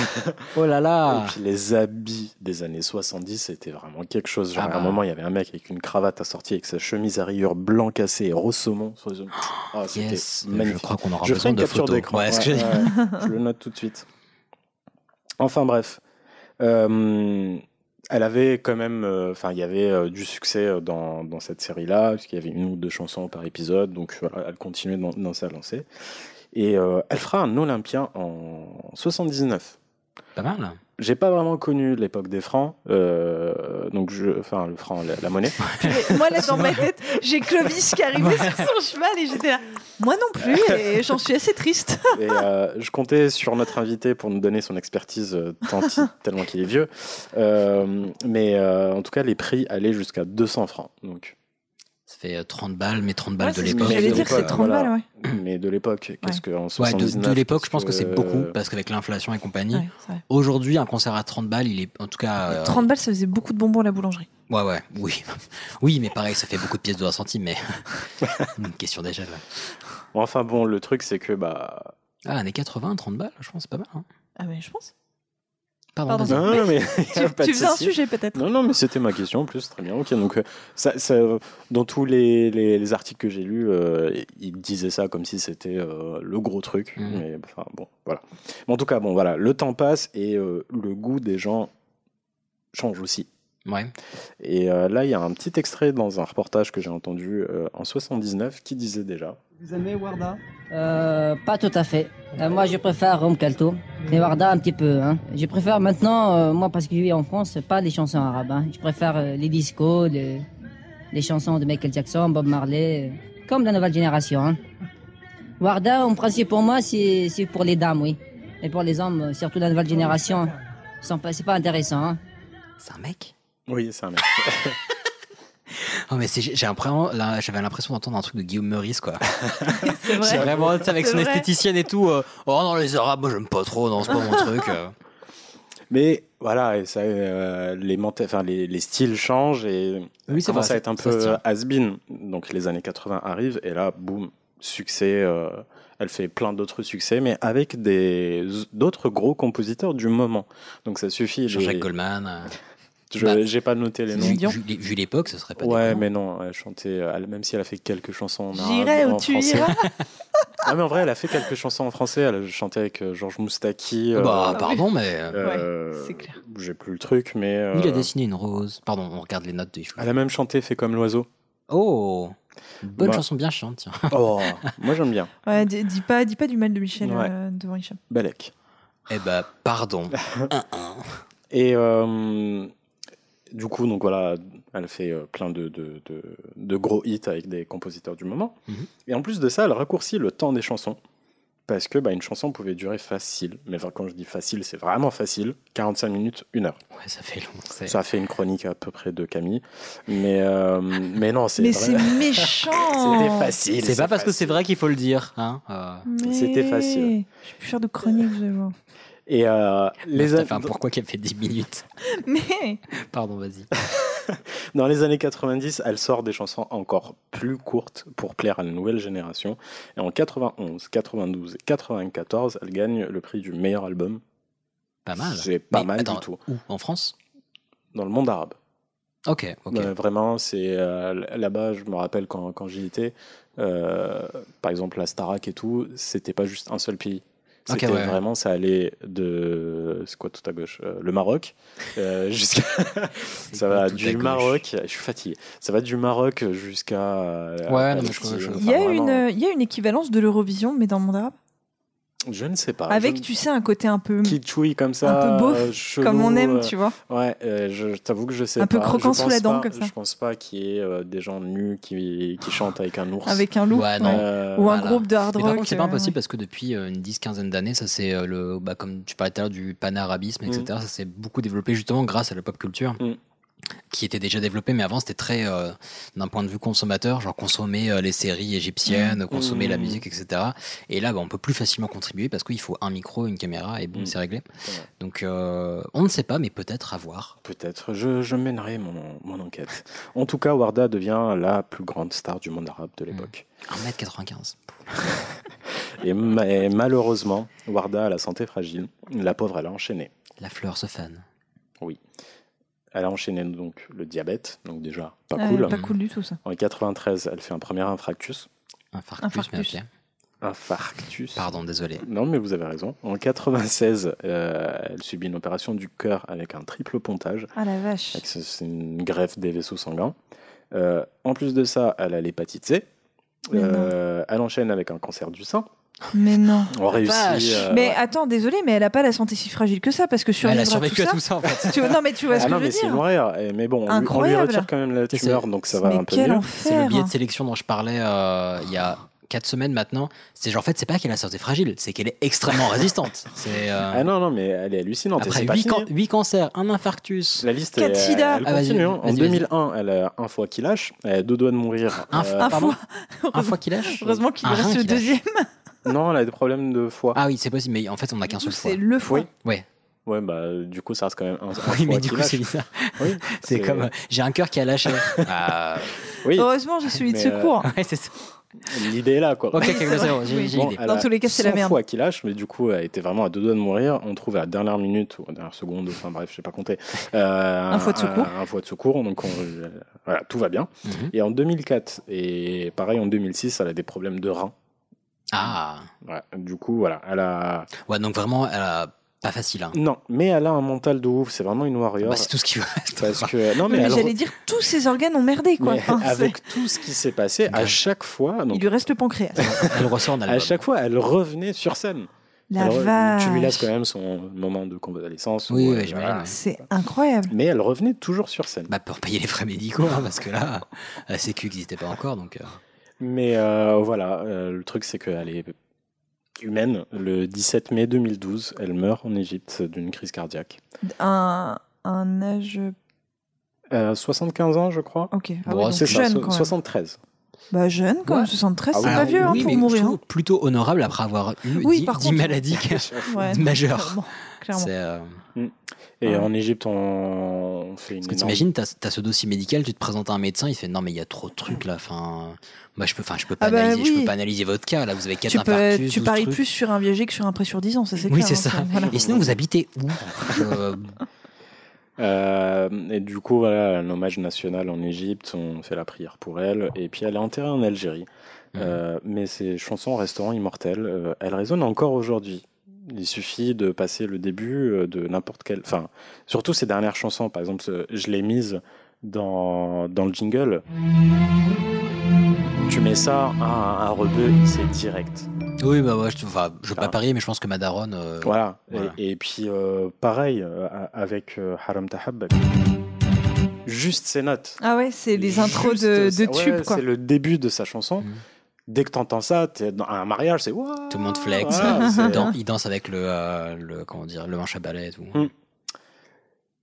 Speaker 2: Oh là là
Speaker 1: Et puis les habits des années 70, c'était vraiment quelque chose. Genre,
Speaker 2: Ah
Speaker 1: à un
Speaker 2: bah.
Speaker 1: moment, il y avait un mec avec une cravate assortie, avec sa chemise à rayures blanc cassé et rose saumon. Ah, c'était
Speaker 2: Yes, je
Speaker 1: magnifique.
Speaker 2: crois qu'on aura
Speaker 1: Je ferai
Speaker 2: besoin
Speaker 1: une
Speaker 2: de
Speaker 1: capture
Speaker 2: photos.
Speaker 1: d'écran.
Speaker 2: Ouais, ce que
Speaker 1: Ouais,
Speaker 2: j'ai-
Speaker 1: ouais, je le note tout de suite. Enfin bref. Euh, elle avait quand même, enfin, il y avait euh, du succès dans, dans cette série-là, puisqu'il y avait une ou deux chansons par épisode, donc voilà, elle continuait dans, dans sa lancée. Et euh, elle fera un Olympien en 79.
Speaker 2: Pas mal.
Speaker 1: J'ai pas vraiment connu l'époque des francs, euh, donc je, enfin le franc, la, la monnaie.
Speaker 7: Mais Moi, là, dans ma tête, j'ai Clovis qui arrivait sur son cheval et j'étais là. Moi non plus, et j'en suis assez triste.
Speaker 1: Et euh, je comptais sur notre invité pour nous donner son expertise, euh, tant il- tellement qu'il est vieux. Euh, mais euh, en tout cas, les prix allaient jusqu'à 200 francs. Donc,
Speaker 2: Ça fait euh, 30 balles, mais 30 balles
Speaker 7: Ouais,
Speaker 2: de
Speaker 7: c'est ce que
Speaker 2: l'époque.
Speaker 7: j'allais
Speaker 2: donc,
Speaker 7: dire, c'est
Speaker 2: euh,
Speaker 7: 30 balles, ouais.
Speaker 1: mais de l'époque, qu'est-ce que en
Speaker 2: Ouais, de-
Speaker 1: 79
Speaker 2: de, l'époque, je pense que c'est
Speaker 1: euh,
Speaker 2: beaucoup, parce qu'avec l'inflation et compagnie,
Speaker 7: Ouais, c'est vrai.
Speaker 2: aujourd'hui, un concert à 30 balles, il est en tout cas. euh,
Speaker 7: 30 balles, ça faisait beaucoup de bonbons à la boulangerie.
Speaker 2: Ouais, ouais, oui. Oui, mais pareil, ça fait beaucoup de pièces de 1 centime, mais. Une question déjà, là.
Speaker 1: Enfin bon, le truc c'est que bah.
Speaker 2: Ah, années 80, 30 balles, je pense, c'est pas mal. hein.
Speaker 7: Ah, mais je pense.
Speaker 2: Pardon,
Speaker 7: Pardon.
Speaker 2: désolé.
Speaker 1: Non, non, mais y a
Speaker 7: Tu,
Speaker 1: pas de
Speaker 7: tu faisais un
Speaker 1: souci.
Speaker 7: sujet peut-être
Speaker 1: Non, non, mais c'était ma question en plus, très bien. Ok, donc euh, ça, ça, euh, dans tous les, les- les articles que j'ai lus, euh, ils disaient ça comme si c'était euh, le gros truc.
Speaker 2: Mm.
Speaker 1: Mais enfin, bon, voilà. Mais en tout cas, bon, voilà, le temps passe et euh, le goût des gens change aussi.
Speaker 2: Ouais.
Speaker 1: Et euh, là, il y a un petit extrait dans un reportage que j'ai entendu euh, en 79 qui disait déjà.
Speaker 13: Vous aimez Warda
Speaker 11: Euh, pas tout à fait. Euh, moi, je préfère Rom Kalto et Warda un petit peu. Hein. Je préfère maintenant, euh, moi, parce que je vis en France, pas les chansons arabes. hein. Je préfère euh, les discos, les, les chansons de Michael Jackson, Bob Marley, euh, comme la nouvelle génération. hein. Warda, en principe, pour moi, c'est c'est pour les dames, oui. Et pour les hommes, euh, surtout la nouvelle génération, sont pas- c'est pas intéressant. hein.
Speaker 2: C'est un mec
Speaker 1: Oui, c'est un mec.
Speaker 2: Oh, mais c'est- j'ai j'ai un prénom- là, j'avais l'impression d'entendre un truc de Guillaume Meurice, quoi.
Speaker 7: C'est
Speaker 2: C'est
Speaker 7: vrai.
Speaker 2: vraiment tu sais, avec
Speaker 7: C'est
Speaker 2: son
Speaker 7: vrai.
Speaker 2: esthéticienne et tout. euh, oh non, les Arabes, moi j'aime pas trop, non, c'est pas mon truc. euh.
Speaker 1: Mais voilà, et ça, euh, les, menta- enfin, les, les styles changent et
Speaker 2: Oui,
Speaker 1: oui,
Speaker 2: c'est
Speaker 1: commence
Speaker 2: vrai,
Speaker 1: à être un
Speaker 2: ça- ça se
Speaker 1: peu euh,
Speaker 2: tient.
Speaker 1: has-been. Donc les années 80 arrivent et là, boum, succès. euh, elle fait plein d'autres succès, mais avec des d'autres gros compositeurs du moment. Donc ça suffit.
Speaker 2: Jean-Jacques
Speaker 1: les-
Speaker 2: Goldman. euh,
Speaker 1: Je-
Speaker 2: bah,
Speaker 1: J'ai pas noté les noms.
Speaker 2: vu vu- vu l'époque, ce serait pas
Speaker 1: Ouais,
Speaker 2: déconnant.
Speaker 1: mais non, elle chantait, elle- même si elle a fait quelques chansons en arabe,
Speaker 7: J'irai où
Speaker 1: en
Speaker 7: tu
Speaker 1: français.
Speaker 7: iras.
Speaker 1: Ah, mais en vrai, elle a fait quelques chansons en français. Elle a chanté avec euh, Georges Moustaki. euh,
Speaker 2: Bah, pardon, mais. euh,
Speaker 1: euh,
Speaker 7: c'est clair.
Speaker 1: J'ai plus le truc, mais.
Speaker 2: Il a
Speaker 1: euh,
Speaker 2: dessiné une rose. Pardon, on regarde les notes de Yves.
Speaker 1: Elle a même chanté Fait comme l'oiseau.
Speaker 2: Oh Bonne
Speaker 1: Bah.
Speaker 2: chanson bien chiante, tiens.
Speaker 1: Oh, moi j'aime bien.
Speaker 7: Ouais, dis, dis pas, dis pas du mal de Michel
Speaker 1: Ouais.
Speaker 7: euh, devant Hicham.
Speaker 1: Balek.
Speaker 2: Eh bah, pardon.
Speaker 1: Et euh, du coup, donc voilà, elle fait euh, plein de, de, de, de gros hits avec des compositeurs du moment.
Speaker 2: Mhm.
Speaker 1: Et en plus de ça, elle raccourcit le temps des chansons. Parce que bah, une chanson pouvait durer facile. Mais enfin, quand je dis facile, c'est vraiment facile. 45 minutes, 1 heure.
Speaker 2: Ouais, ça fait long. c'est-
Speaker 1: Ça a fait une chronique à peu près de Camille. Mais, euh, mais non, c'est
Speaker 7: Mais
Speaker 1: vrai.
Speaker 7: c'est méchant.
Speaker 1: C'était facile.
Speaker 2: C'est pas parce que
Speaker 1: facile.
Speaker 2: c'est vrai qu'il faut le dire. Hein euh,
Speaker 7: Mais-
Speaker 1: C'était facile.
Speaker 7: Je vais plus faire de chronique, je vais voir.
Speaker 1: Et euh, les
Speaker 2: meuf,
Speaker 1: a-
Speaker 2: t'as Bah, fait un pourquoi qu'elle fait 10 minutes
Speaker 7: Mais
Speaker 2: Pardon, vas-y.
Speaker 1: Dans les années 90, elle sort des chansons encore plus courtes pour plaire à la nouvelle génération. Et en 91, 92 et 94, elle gagne le prix du meilleur album.
Speaker 2: Pas mal.
Speaker 1: C'est pas
Speaker 2: Mais
Speaker 1: mal
Speaker 2: attends,
Speaker 1: du tout.
Speaker 2: Où En France
Speaker 1: Dans le monde arabe.
Speaker 2: Ok, ok.
Speaker 1: Euh, vraiment, c'est euh, là-bas, je me rappelle quand, quand j'y étais, euh, par exemple la Starak et tout, c'était pas juste un seul pays.
Speaker 2: Ok,
Speaker 1: C'était
Speaker 2: ouais.
Speaker 1: vraiment, ça allait de. C'est quoi tout à gauche Euh, Le Maroc euh, jusqu'à.
Speaker 2: C'est
Speaker 1: Ça
Speaker 2: quoi,
Speaker 1: va
Speaker 2: tout à
Speaker 1: du
Speaker 2: gauche
Speaker 1: Maroc, je suis fatigué. Ça va du Maroc jusqu'à. euh,
Speaker 2: Ouais,
Speaker 1: à
Speaker 2: non, mais
Speaker 1: Haïti.
Speaker 2: je- je-
Speaker 1: Enfin,
Speaker 7: il y, a
Speaker 1: vraiment,
Speaker 7: une, euh, il y a une équivalence de l'Eurovision, mais dans le monde arabe.
Speaker 1: Je ne sais pas.
Speaker 7: euh, Avec,
Speaker 1: je...
Speaker 7: tu sais, un côté un peu.
Speaker 1: Kitschouille comme ça.
Speaker 7: un peu beauf,
Speaker 1: euh, chelou,
Speaker 7: Comme on aime,
Speaker 1: euh,
Speaker 7: tu vois.
Speaker 1: Ouais, euh, je je t'avoue que je sais
Speaker 7: Un
Speaker 1: pas.
Speaker 7: peu croquant
Speaker 1: Je
Speaker 7: sous
Speaker 1: pense
Speaker 7: la dent,
Speaker 1: pas-
Speaker 7: comme ça.
Speaker 1: Je pense pas qu'il y ait euh, des gens nus qui, qui chantent avec un ours.
Speaker 7: Avec un loup.
Speaker 2: Ouais, non.
Speaker 7: ouais.
Speaker 1: Euh,
Speaker 7: Ou un
Speaker 2: voilà.
Speaker 7: groupe de hard
Speaker 2: Mais
Speaker 7: rock.
Speaker 2: par contre, c'est pas
Speaker 7: euh,
Speaker 2: impossible parce que depuis euh, une dix quinzaine d'années, ça c'est euh, le, bah, comme tu parlais tout à l'heure du panarabisme, etc. Ça s'est beaucoup développé justement grâce à la pop culture.
Speaker 1: Mm.
Speaker 2: Qui était déjà développée, mais avant c'était très euh, d'un point de vue consommateur, genre consommer euh, les séries égyptiennes, consommer la
Speaker 1: Mm.
Speaker 2: musique, etc. Et là, bah, on peut plus facilement contribuer parce qu'il faut un micro, une caméra et boum,
Speaker 1: Mm.
Speaker 2: c'est réglé.
Speaker 1: C'est vrai.
Speaker 2: Donc euh, on ne sait pas, mais peut-être à voir.
Speaker 1: Peut-être, je, je mènerai mon, mon enquête. En tout cas, Warda devient la plus grande star du monde arabe de l'époque.
Speaker 2: Mm. 1m95.
Speaker 1: Et, ma- et malheureusement, Warda a la santé fragile. La pauvre, elle a enchaîné.
Speaker 2: La fleur se fan.
Speaker 1: Elle a enchaîné donc le diabète, donc déjà pas
Speaker 7: ouais,
Speaker 1: cool.
Speaker 7: Pas cool du tout, ça.
Speaker 1: En 93, elle fait un premier infarctus.
Speaker 2: Un farcus, mais
Speaker 7: farcus.
Speaker 2: ok.
Speaker 1: infarctus.
Speaker 2: Pardon, désolé.
Speaker 1: Non, mais vous avez raison. En 96, euh, elle subit une opération du cœur avec un triple pontage.
Speaker 7: Ah la vache.
Speaker 1: Donc, C'est c'est une greffe des vaisseaux sanguins. Euh, en plus de ça, elle a l'hépatite C.
Speaker 7: Mais
Speaker 1: Euh, elle enchaîne avec un cancer du sein.
Speaker 7: Mais non.
Speaker 1: On réussit. euh,
Speaker 7: mais
Speaker 1: ouais.
Speaker 7: attends, désolé, mais elle a pas la santé si fragile que ça parce que
Speaker 2: elle
Speaker 7: survivre
Speaker 2: a survécu à
Speaker 7: tout
Speaker 2: tout ça, en fait.
Speaker 7: ça. tu vois, non mais tu vois
Speaker 1: Ah
Speaker 7: ce que
Speaker 1: non,
Speaker 7: je
Speaker 1: mais
Speaker 7: veux
Speaker 1: c'est
Speaker 7: dire.
Speaker 1: une horreur. Eh, Mais bon, on lui- on lui
Speaker 7: Incroyable.
Speaker 1: retire quand même la
Speaker 2: C'est-
Speaker 1: tumeur, donc ça va
Speaker 7: mais
Speaker 1: un peu
Speaker 7: quel
Speaker 1: mieux.
Speaker 2: C'est le
Speaker 7: enfer.
Speaker 2: billet de sélection dont je parlais euh, il y a 4 semaines maintenant. C'est genre, en fait, c'est pas qu'elle a sorti fragile, c'est qu'elle est extrêmement résistante. C'est euh,
Speaker 1: Ah non, non, mais elle est hallucinante. et
Speaker 2: après
Speaker 1: c'est pas
Speaker 2: 8,
Speaker 1: fini.
Speaker 2: cancers, un infarctus,
Speaker 1: La liste
Speaker 7: Quatre
Speaker 1: elle-
Speaker 7: sida.
Speaker 1: elle
Speaker 2: Ah, vas-y,
Speaker 1: continue. hein.
Speaker 2: vas-y,
Speaker 1: en
Speaker 2: vas-y.
Speaker 1: 2001, elle a un foie qui lâche. Elle a deux doigts de mourir.
Speaker 2: un,
Speaker 1: Euh,
Speaker 7: un
Speaker 2: pardon,
Speaker 7: foie.
Speaker 2: un foie qui lâche.
Speaker 7: Heureusement qu'il
Speaker 2: Un rein
Speaker 7: reste le
Speaker 2: qui lâche.
Speaker 7: deuxième.
Speaker 1: non, elle a des problèmes de foie.
Speaker 2: Ah oui, c'est possible, mais en fait, on a qu'un seul foie.
Speaker 7: C'est le foie.
Speaker 1: Oui.
Speaker 2: Ouais.
Speaker 1: Ouais, bah du coup, ça reste quand même un, un
Speaker 2: Oui,
Speaker 1: foie
Speaker 2: mais du
Speaker 1: qui
Speaker 2: coup,
Speaker 1: lâche.
Speaker 2: c'est bizarre.
Speaker 1: Oui,
Speaker 2: C'est comme euh, j'ai un cœur qui a lâché. Ah,
Speaker 1: Oui,
Speaker 7: Heureusement, j'ai celui de
Speaker 1: Mais, euh,
Speaker 7: secours.
Speaker 2: ouais, c'est ça.
Speaker 1: l'idée est là, quoi.
Speaker 2: Ok,
Speaker 7: Oui,
Speaker 2: ok,
Speaker 7: c'est
Speaker 2: ok,
Speaker 7: vrai.
Speaker 2: bon, j'ai
Speaker 7: Oui.
Speaker 2: j'ai
Speaker 1: Bon,
Speaker 2: l'idée.
Speaker 1: elle
Speaker 7: Dans
Speaker 1: a
Speaker 7: tous les cas, c'est la
Speaker 1: son
Speaker 7: merde.
Speaker 1: foie qui lâche, mais du coup, elle était vraiment à deux doigts de mourir. On trouve à la dernière minute, ou à la dernière seconde, enfin bref, je sais pas compter. euh,
Speaker 7: Un foie de secours.
Speaker 1: Un, un foie de secours, donc on- euh, voilà, tout va bien.
Speaker 2: Mhm.
Speaker 1: Et en 2004, et pareil en 2006, elle a des problèmes de rein.
Speaker 2: Ah,
Speaker 1: Ouais, du coup, voilà, elle a.
Speaker 2: ouais, donc vraiment, elle a pas facile. hein.
Speaker 1: Non, mais elle a un mental de ouf, c'est vraiment une warrior.
Speaker 2: Bah, c'est tout ce qui reste.
Speaker 1: parce que. Non, mais,
Speaker 7: Mais
Speaker 1: elle
Speaker 7: j'allais dire tous ses organes ont merdé quoi.
Speaker 1: mais
Speaker 7: Enfin,
Speaker 1: avec tout ce qui s'est passé, à
Speaker 2: Grave.
Speaker 1: chaque fois,
Speaker 7: c'est-
Speaker 1: donc,
Speaker 7: Il lui reste le pancréas.
Speaker 2: Elle ressort en
Speaker 1: à
Speaker 2: album.
Speaker 1: chaque fois, elle revenait sur scène.
Speaker 7: La
Speaker 1: Alors,
Speaker 7: vache.
Speaker 1: Tu lui laisses quand même son moment de convalescence.
Speaker 2: Oui,
Speaker 1: où,
Speaker 2: oui,
Speaker 1: euh,
Speaker 2: j'imagine, ouais.
Speaker 7: C'est incroyable.
Speaker 1: Mais elle revenait toujours sur scène.
Speaker 2: Bah, pour payer les frais médicaux, hein, parce que là, la sécu n'existait pas encore, donc. euh,
Speaker 1: Mais euh, voilà, euh, le truc c'est qu'elle est humaine. Le 17 mai 2012, elle meurt en Égypte d'une crise cardiaque.
Speaker 7: Un, un âge.
Speaker 1: Euh, 75 ans, je crois.
Speaker 7: Ok. Ah
Speaker 2: Bon,
Speaker 7: ouais, donc
Speaker 1: c'est ça,
Speaker 7: jeune
Speaker 1: so-
Speaker 7: quand même.
Speaker 1: 73.
Speaker 7: Bah jeune quand même,
Speaker 2: Ouais.
Speaker 7: 73,
Speaker 1: Ah
Speaker 7: c'est
Speaker 1: oui.
Speaker 7: pas
Speaker 2: alors,
Speaker 7: vieux hein,
Speaker 2: oui,
Speaker 7: pour
Speaker 2: mais je
Speaker 7: mourir.
Speaker 2: trouve plutôt honorable après avoir eu
Speaker 7: Oui,
Speaker 2: 10,
Speaker 7: par
Speaker 2: 10
Speaker 7: contre.
Speaker 2: maladies qui-
Speaker 7: Ouais,
Speaker 2: majeures.
Speaker 7: Clairement.
Speaker 2: C'est, euh,
Speaker 1: Et
Speaker 7: Ouais.
Speaker 1: en Égypte, on, on fait une.
Speaker 2: Parce que
Speaker 1: énorme-
Speaker 2: t'imagines, t'as, t'as ce dossier médical, tu te présentes à un médecin, il fait non mais il y a trop de trucs là, enfin, moi je peux, enfin je peux pas
Speaker 7: Ah bah
Speaker 2: analyser, je
Speaker 7: oui.
Speaker 2: peux pas analyser votre cas là, vous avez quatre
Speaker 7: Tu, peux-
Speaker 2: infarctus,
Speaker 7: tu
Speaker 2: douze
Speaker 7: paries
Speaker 2: trucs.
Speaker 7: plus sur un viager que sur un prêt sur 10 ans, ça c'est
Speaker 2: Oui
Speaker 7: clair.
Speaker 2: c'est
Speaker 7: hein,
Speaker 2: ça.
Speaker 7: voilà.
Speaker 2: Et sinon vous habitez où Euh,
Speaker 1: Euh, et du coup, voilà, un hommage national en Égypte, on fait la prière pour elle. Et puis elle est enterrée en Algérie. Euh, mais ses chansons resteront immortelles. Euh, elles résonnent encore aujourd'hui. Il suffit de passer le début euh, de n'importe quelle. Enfin, surtout ses dernières chansons. Par exemple, euh, je l'ai mise dans, dans le jingle. Tu mets ça à un, un rebeu, c'est direct.
Speaker 2: Oui bah ouais, je, enfin, je veux pas
Speaker 1: Enfin.
Speaker 2: parier mais je pense que ma daronne, euh,
Speaker 1: Voilà.
Speaker 2: Voilà.
Speaker 1: Et, et puis, euh, pareil euh, a- avec euh, Haram Tahab. Juste ces notes.
Speaker 7: Ah ouais, c'est les
Speaker 1: Juste
Speaker 7: intros de,
Speaker 1: ça.
Speaker 7: de
Speaker 1: Ouais,
Speaker 7: tubes quoi.
Speaker 1: C'est le début de sa chanson.
Speaker 2: Mhm.
Speaker 1: Dès que t'entends ça, t'es dans- à un mariage, c'est Ouah
Speaker 2: tout le monde flex,
Speaker 1: Voilà, c'est-
Speaker 2: il, danse, il danse avec le, euh, le comment dire, le manche à balai et tout.
Speaker 1: Mm.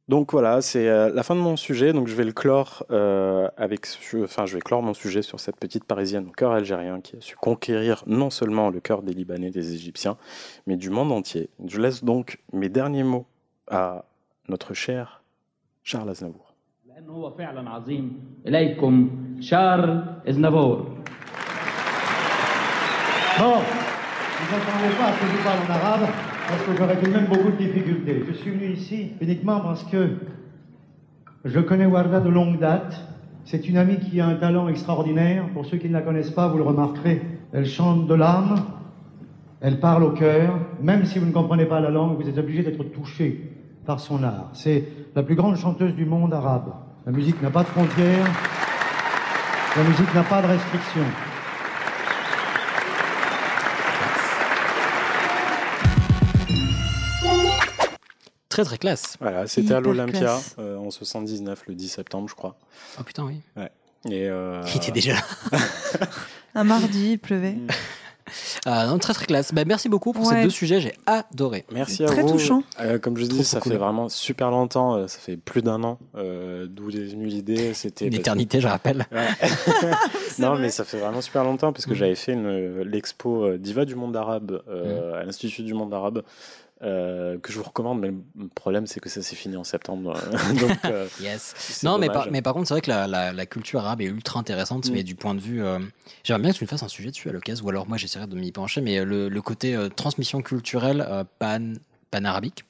Speaker 1: Donc voilà, c'est euh, la fin de mon sujet. Donc je vais le clore euh, avec, je- enfin je vais clore mon sujet sur cette petite parisienne au cœur algérien qui a su conquérir non seulement le cœur des Libanais, des Égyptiens, mais du monde entier. Je laisse donc mes derniers mots à notre cher Charles Aznavour.
Speaker 13: لأنه هو فعلا عظيم إليكم شارل إزنبور
Speaker 14: Non, vous n'entendez pas ce que je parle en arabe, parce que j'aurais tout de même beaucoup de difficultés. Je suis venu ici uniquement parce que je connais Warda de longue date. C'est une amie qui a un talent extraordinaire. Pour ceux qui ne la connaissent pas, vous le remarquerez. Elle chante de l'âme, elle parle au cœur. Même si vous ne comprenez pas la langue, vous êtes obligé d'être touché par son art. C'est la plus grande chanteuse du monde arabe. La musique n'a pas de frontières, la musique n'a pas de restrictions.
Speaker 2: Très très classe.
Speaker 1: Voilà, c'était à
Speaker 7: Hyper
Speaker 1: l'Olympia
Speaker 7: classe.
Speaker 1: euh, en 79, le 10 septembre, je crois.
Speaker 2: Oh putain oui.
Speaker 1: Et euh,
Speaker 2: Il était déjà là.
Speaker 7: Un mardi, il pleuvait.
Speaker 2: Ah, non, très très classe. Bah, merci beaucoup pour ces
Speaker 7: Ouais.
Speaker 2: deux sujets, j'ai adoré.
Speaker 1: Merci à
Speaker 7: Très
Speaker 1: vous.
Speaker 7: touchant.
Speaker 1: Euh, comme je
Speaker 2: Trop,
Speaker 1: dis,
Speaker 2: trop
Speaker 1: ça
Speaker 2: cool.
Speaker 1: fait vraiment super longtemps. euh, ça fait plus d'un an. euh, D'où est venue l'idée C'était
Speaker 2: Une
Speaker 1: parce que-
Speaker 2: éternité, je rappelle.
Speaker 1: Ouais.
Speaker 7: C'est
Speaker 1: non,
Speaker 7: vrai.
Speaker 1: mais ça fait vraiment super longtemps parce que
Speaker 2: Mhm.
Speaker 1: j'avais fait une- l'expo euh, Diva du monde arabe
Speaker 2: Mm.
Speaker 1: euh, à l'Institut du monde arabe euh, que je vous recommande. Mais le problème, c'est que ça s'est fini en septembre. Donc, euh,
Speaker 2: Yes.
Speaker 1: c'est
Speaker 2: Non, mais
Speaker 1: dommage.
Speaker 2: par, mais par contre, c'est vrai que la, la- la culture arabe est ultra intéressante,
Speaker 1: Mm.
Speaker 2: mais du point de vue. euh, J'aimerais bien que tu me fasses un sujet dessus à l'occasion, ou alors moi j'essaierai de m'y pencher, mais le, le côté euh, transmission culturelle pan, panarabique,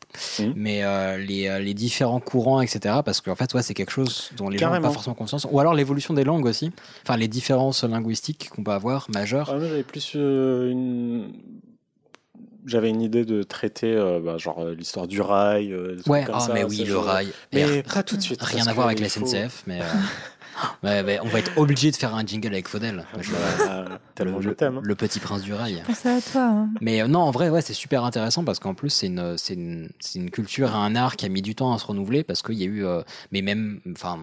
Speaker 2: mais euh, les, euh, les différents courants, etc. Parce qu'en fait, ouais, c'est quelque chose dont les gens n'ont
Speaker 1: Carrément.
Speaker 2: pas forcément conscience. Ou alors l'évolution des langues aussi, enfin les différences linguistiques qu'on peut avoir majeures.
Speaker 1: Ah, moi, j'avais plus euh, une. J'avais une idée de traiter euh, bah, genre euh, l'histoire du rail. euh, des trucs
Speaker 2: Ouais,
Speaker 1: comme
Speaker 2: ah,
Speaker 1: ça,
Speaker 2: mais oui,
Speaker 1: ce
Speaker 2: le
Speaker 1: genre de-
Speaker 2: rail.
Speaker 1: Mais
Speaker 2: Et-
Speaker 1: pas tout de suite.
Speaker 2: Rien
Speaker 1: parce
Speaker 2: à voir
Speaker 1: que
Speaker 2: avec la
Speaker 1: il faut-
Speaker 2: SNCF, mais, euh, ouais, ouais, on va être obligé de faire un jingle avec Faudel.
Speaker 1: Ah,
Speaker 2: Je-
Speaker 1: tellement
Speaker 2: le,
Speaker 1: je t'aime, hein.
Speaker 2: le petit prince du rail.
Speaker 7: Pensez à toi. hein.
Speaker 2: Mais euh, non, en vrai, ouais, c'est super intéressant parce qu'en plus, c'est une, euh, c'est une, c'est une culture et un art qui a mis du temps à se renouveler parce qu'il y a eu, euh, mais même, enfin,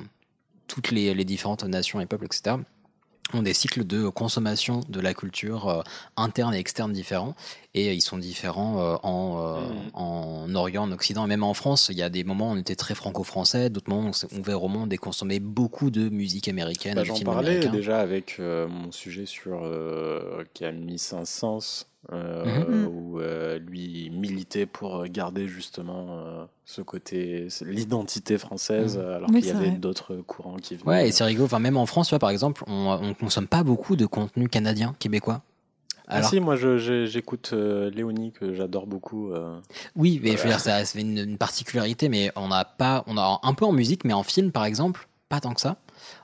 Speaker 2: toutes les, les différentes nations et peuples, etc., ont des cycles de consommation de la culture euh, interne et externe différents. Et euh, ils sont différents euh, en, euh,
Speaker 1: Mm.
Speaker 2: en Orient, en Occident, et même en France. Il y a des moments où on était très franco-français, d'autres moments où on s'est ouvert au monde et consommait beaucoup de musique américaine,
Speaker 1: Bah,
Speaker 2: de
Speaker 1: J'en
Speaker 2: films
Speaker 1: parlais
Speaker 2: américains.
Speaker 1: déjà avec euh, mon sujet sur euh, Camille Saint-Saëns, euh,
Speaker 2: Mhm.
Speaker 1: où euh, lui militait pour euh, garder justement euh, ce côté, l'identité française, alors
Speaker 7: Oui,
Speaker 1: qu'il y
Speaker 7: c'est
Speaker 1: avait
Speaker 7: vrai.
Speaker 1: d'autres courants qui venaient.
Speaker 2: Ouais, et c'est rigolo. Enfin, même en France, tu vois, par exemple, on, euh, on consomme pas beaucoup de contenu canadien, québécois.
Speaker 1: Ah
Speaker 2: Alors,
Speaker 1: si, moi je- je- j'écoute euh, Léonie que j'adore beaucoup. euh.
Speaker 2: oui, mais je veux dire, ça, c'est une, une particularité, mais on n'a pas, on a un peu en musique, mais en film, par exemple, pas tant que ça.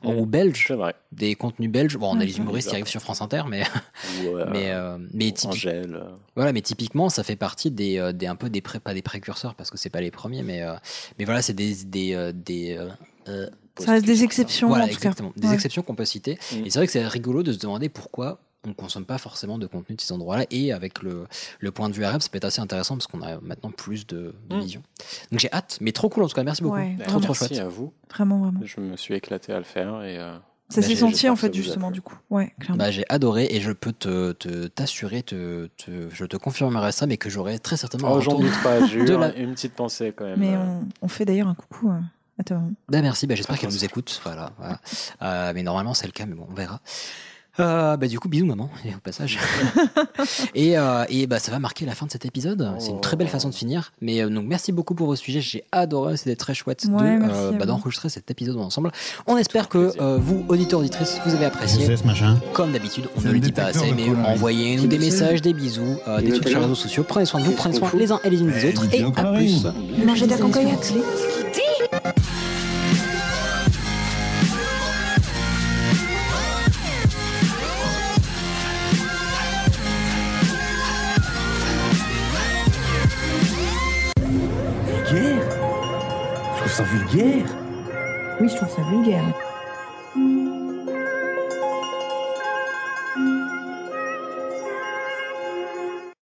Speaker 2: En
Speaker 1: Mm.
Speaker 2: Ou belge, des contenus belges. Bon, on a
Speaker 1: Ouais,
Speaker 2: les
Speaker 1: c'est
Speaker 2: humoristes qui
Speaker 1: bizarre.
Speaker 2: arrivent sur France Inter, mais
Speaker 1: Ou, Mm. euh,
Speaker 2: mais euh, mais typi-
Speaker 1: Angèle. euh.
Speaker 2: voilà, mais typiquement, ça fait partie des, euh, des un peu des pré- pas des précurseurs parce que c'est pas les premiers, mais euh, mais voilà, c'est des des euh, des euh, euh,
Speaker 7: Ça reste des exceptions,
Speaker 2: Voilà,
Speaker 7: en tout cas.
Speaker 2: exactement. Des
Speaker 7: Ouais.
Speaker 2: exceptions qu'on peut citer.
Speaker 1: Mm.
Speaker 2: Et c'est vrai que c'est rigolo de se demander pourquoi on consomme pas forcément de contenu de ces endroits-là. Et avec le, le point de vue arabe, ça peut être assez intéressant parce qu'on a maintenant plus de, de
Speaker 1: Mm.
Speaker 2: vision. Donc j'ai hâte, mais trop cool en tout cas. Merci beaucoup.
Speaker 7: Ouais,
Speaker 2: trop trop
Speaker 7: vraiment.
Speaker 2: chouette.
Speaker 1: Merci à vous.
Speaker 7: Vraiment, vraiment.
Speaker 1: Je me suis éclaté à le faire et. euh,
Speaker 7: Ça s'est
Speaker 1: Bah, j'ai-
Speaker 7: senti
Speaker 1: j'espère
Speaker 7: en
Speaker 1: que
Speaker 7: fait
Speaker 1: ça vous a
Speaker 7: justement
Speaker 1: plu.
Speaker 7: du coup. Ouais, clairement.
Speaker 2: Bah, j'ai adoré et je peux te te- t'assurer, te, te- je te confirmerai ça, mais que j'aurai très certainement. un
Speaker 1: Oh, j'en
Speaker 2: retour
Speaker 1: doute pas, j'ai eu
Speaker 2: de
Speaker 1: un-
Speaker 2: la-
Speaker 1: une petite pensée quand même.
Speaker 7: Mais
Speaker 1: euh.
Speaker 7: on, on fait d'ailleurs un coucou euh, à ta maman.
Speaker 2: Bah, merci, bah, j'espère qu'elle nous écoute. Voilà, voilà. Euh, mais normalement, c'est le cas, mais bon, on verra. Euh, bah, du coup, bisous maman, et au passage. et euh, et bah, ça va marquer la fin de cet épisode. C'est une très
Speaker 1: Oh.
Speaker 2: belle façon de finir. Mais euh, donc, merci beaucoup pour vos sujets. J'ai adoré, c'était très chouette de,
Speaker 7: Ouais, merci à
Speaker 2: bah,
Speaker 7: vous.
Speaker 2: d'enregistrer cet épisode ensemble. On espère que euh, vous, auditeurs, auditrices, vous avez apprécié. Comme d'habitude, on
Speaker 1: C'est
Speaker 2: ne le
Speaker 1: le
Speaker 2: dit pas
Speaker 1: détecteur
Speaker 2: assez,
Speaker 1: de
Speaker 2: mais
Speaker 1: conneries.
Speaker 2: envoyez-nous des messages, des bisous, euh, des
Speaker 1: Il
Speaker 2: trucs
Speaker 1: est
Speaker 2: sur les
Speaker 1: là.
Speaker 2: réseaux sociaux. Prenez soin de vous, prenez soin les uns et les unes des
Speaker 1: Eh,
Speaker 2: autres. Et à plus.
Speaker 6: Manger de la cocoyote.
Speaker 15: Vulgaire Je trouve ça vulgaire
Speaker 6: Oui, je trouve ça vulgaire.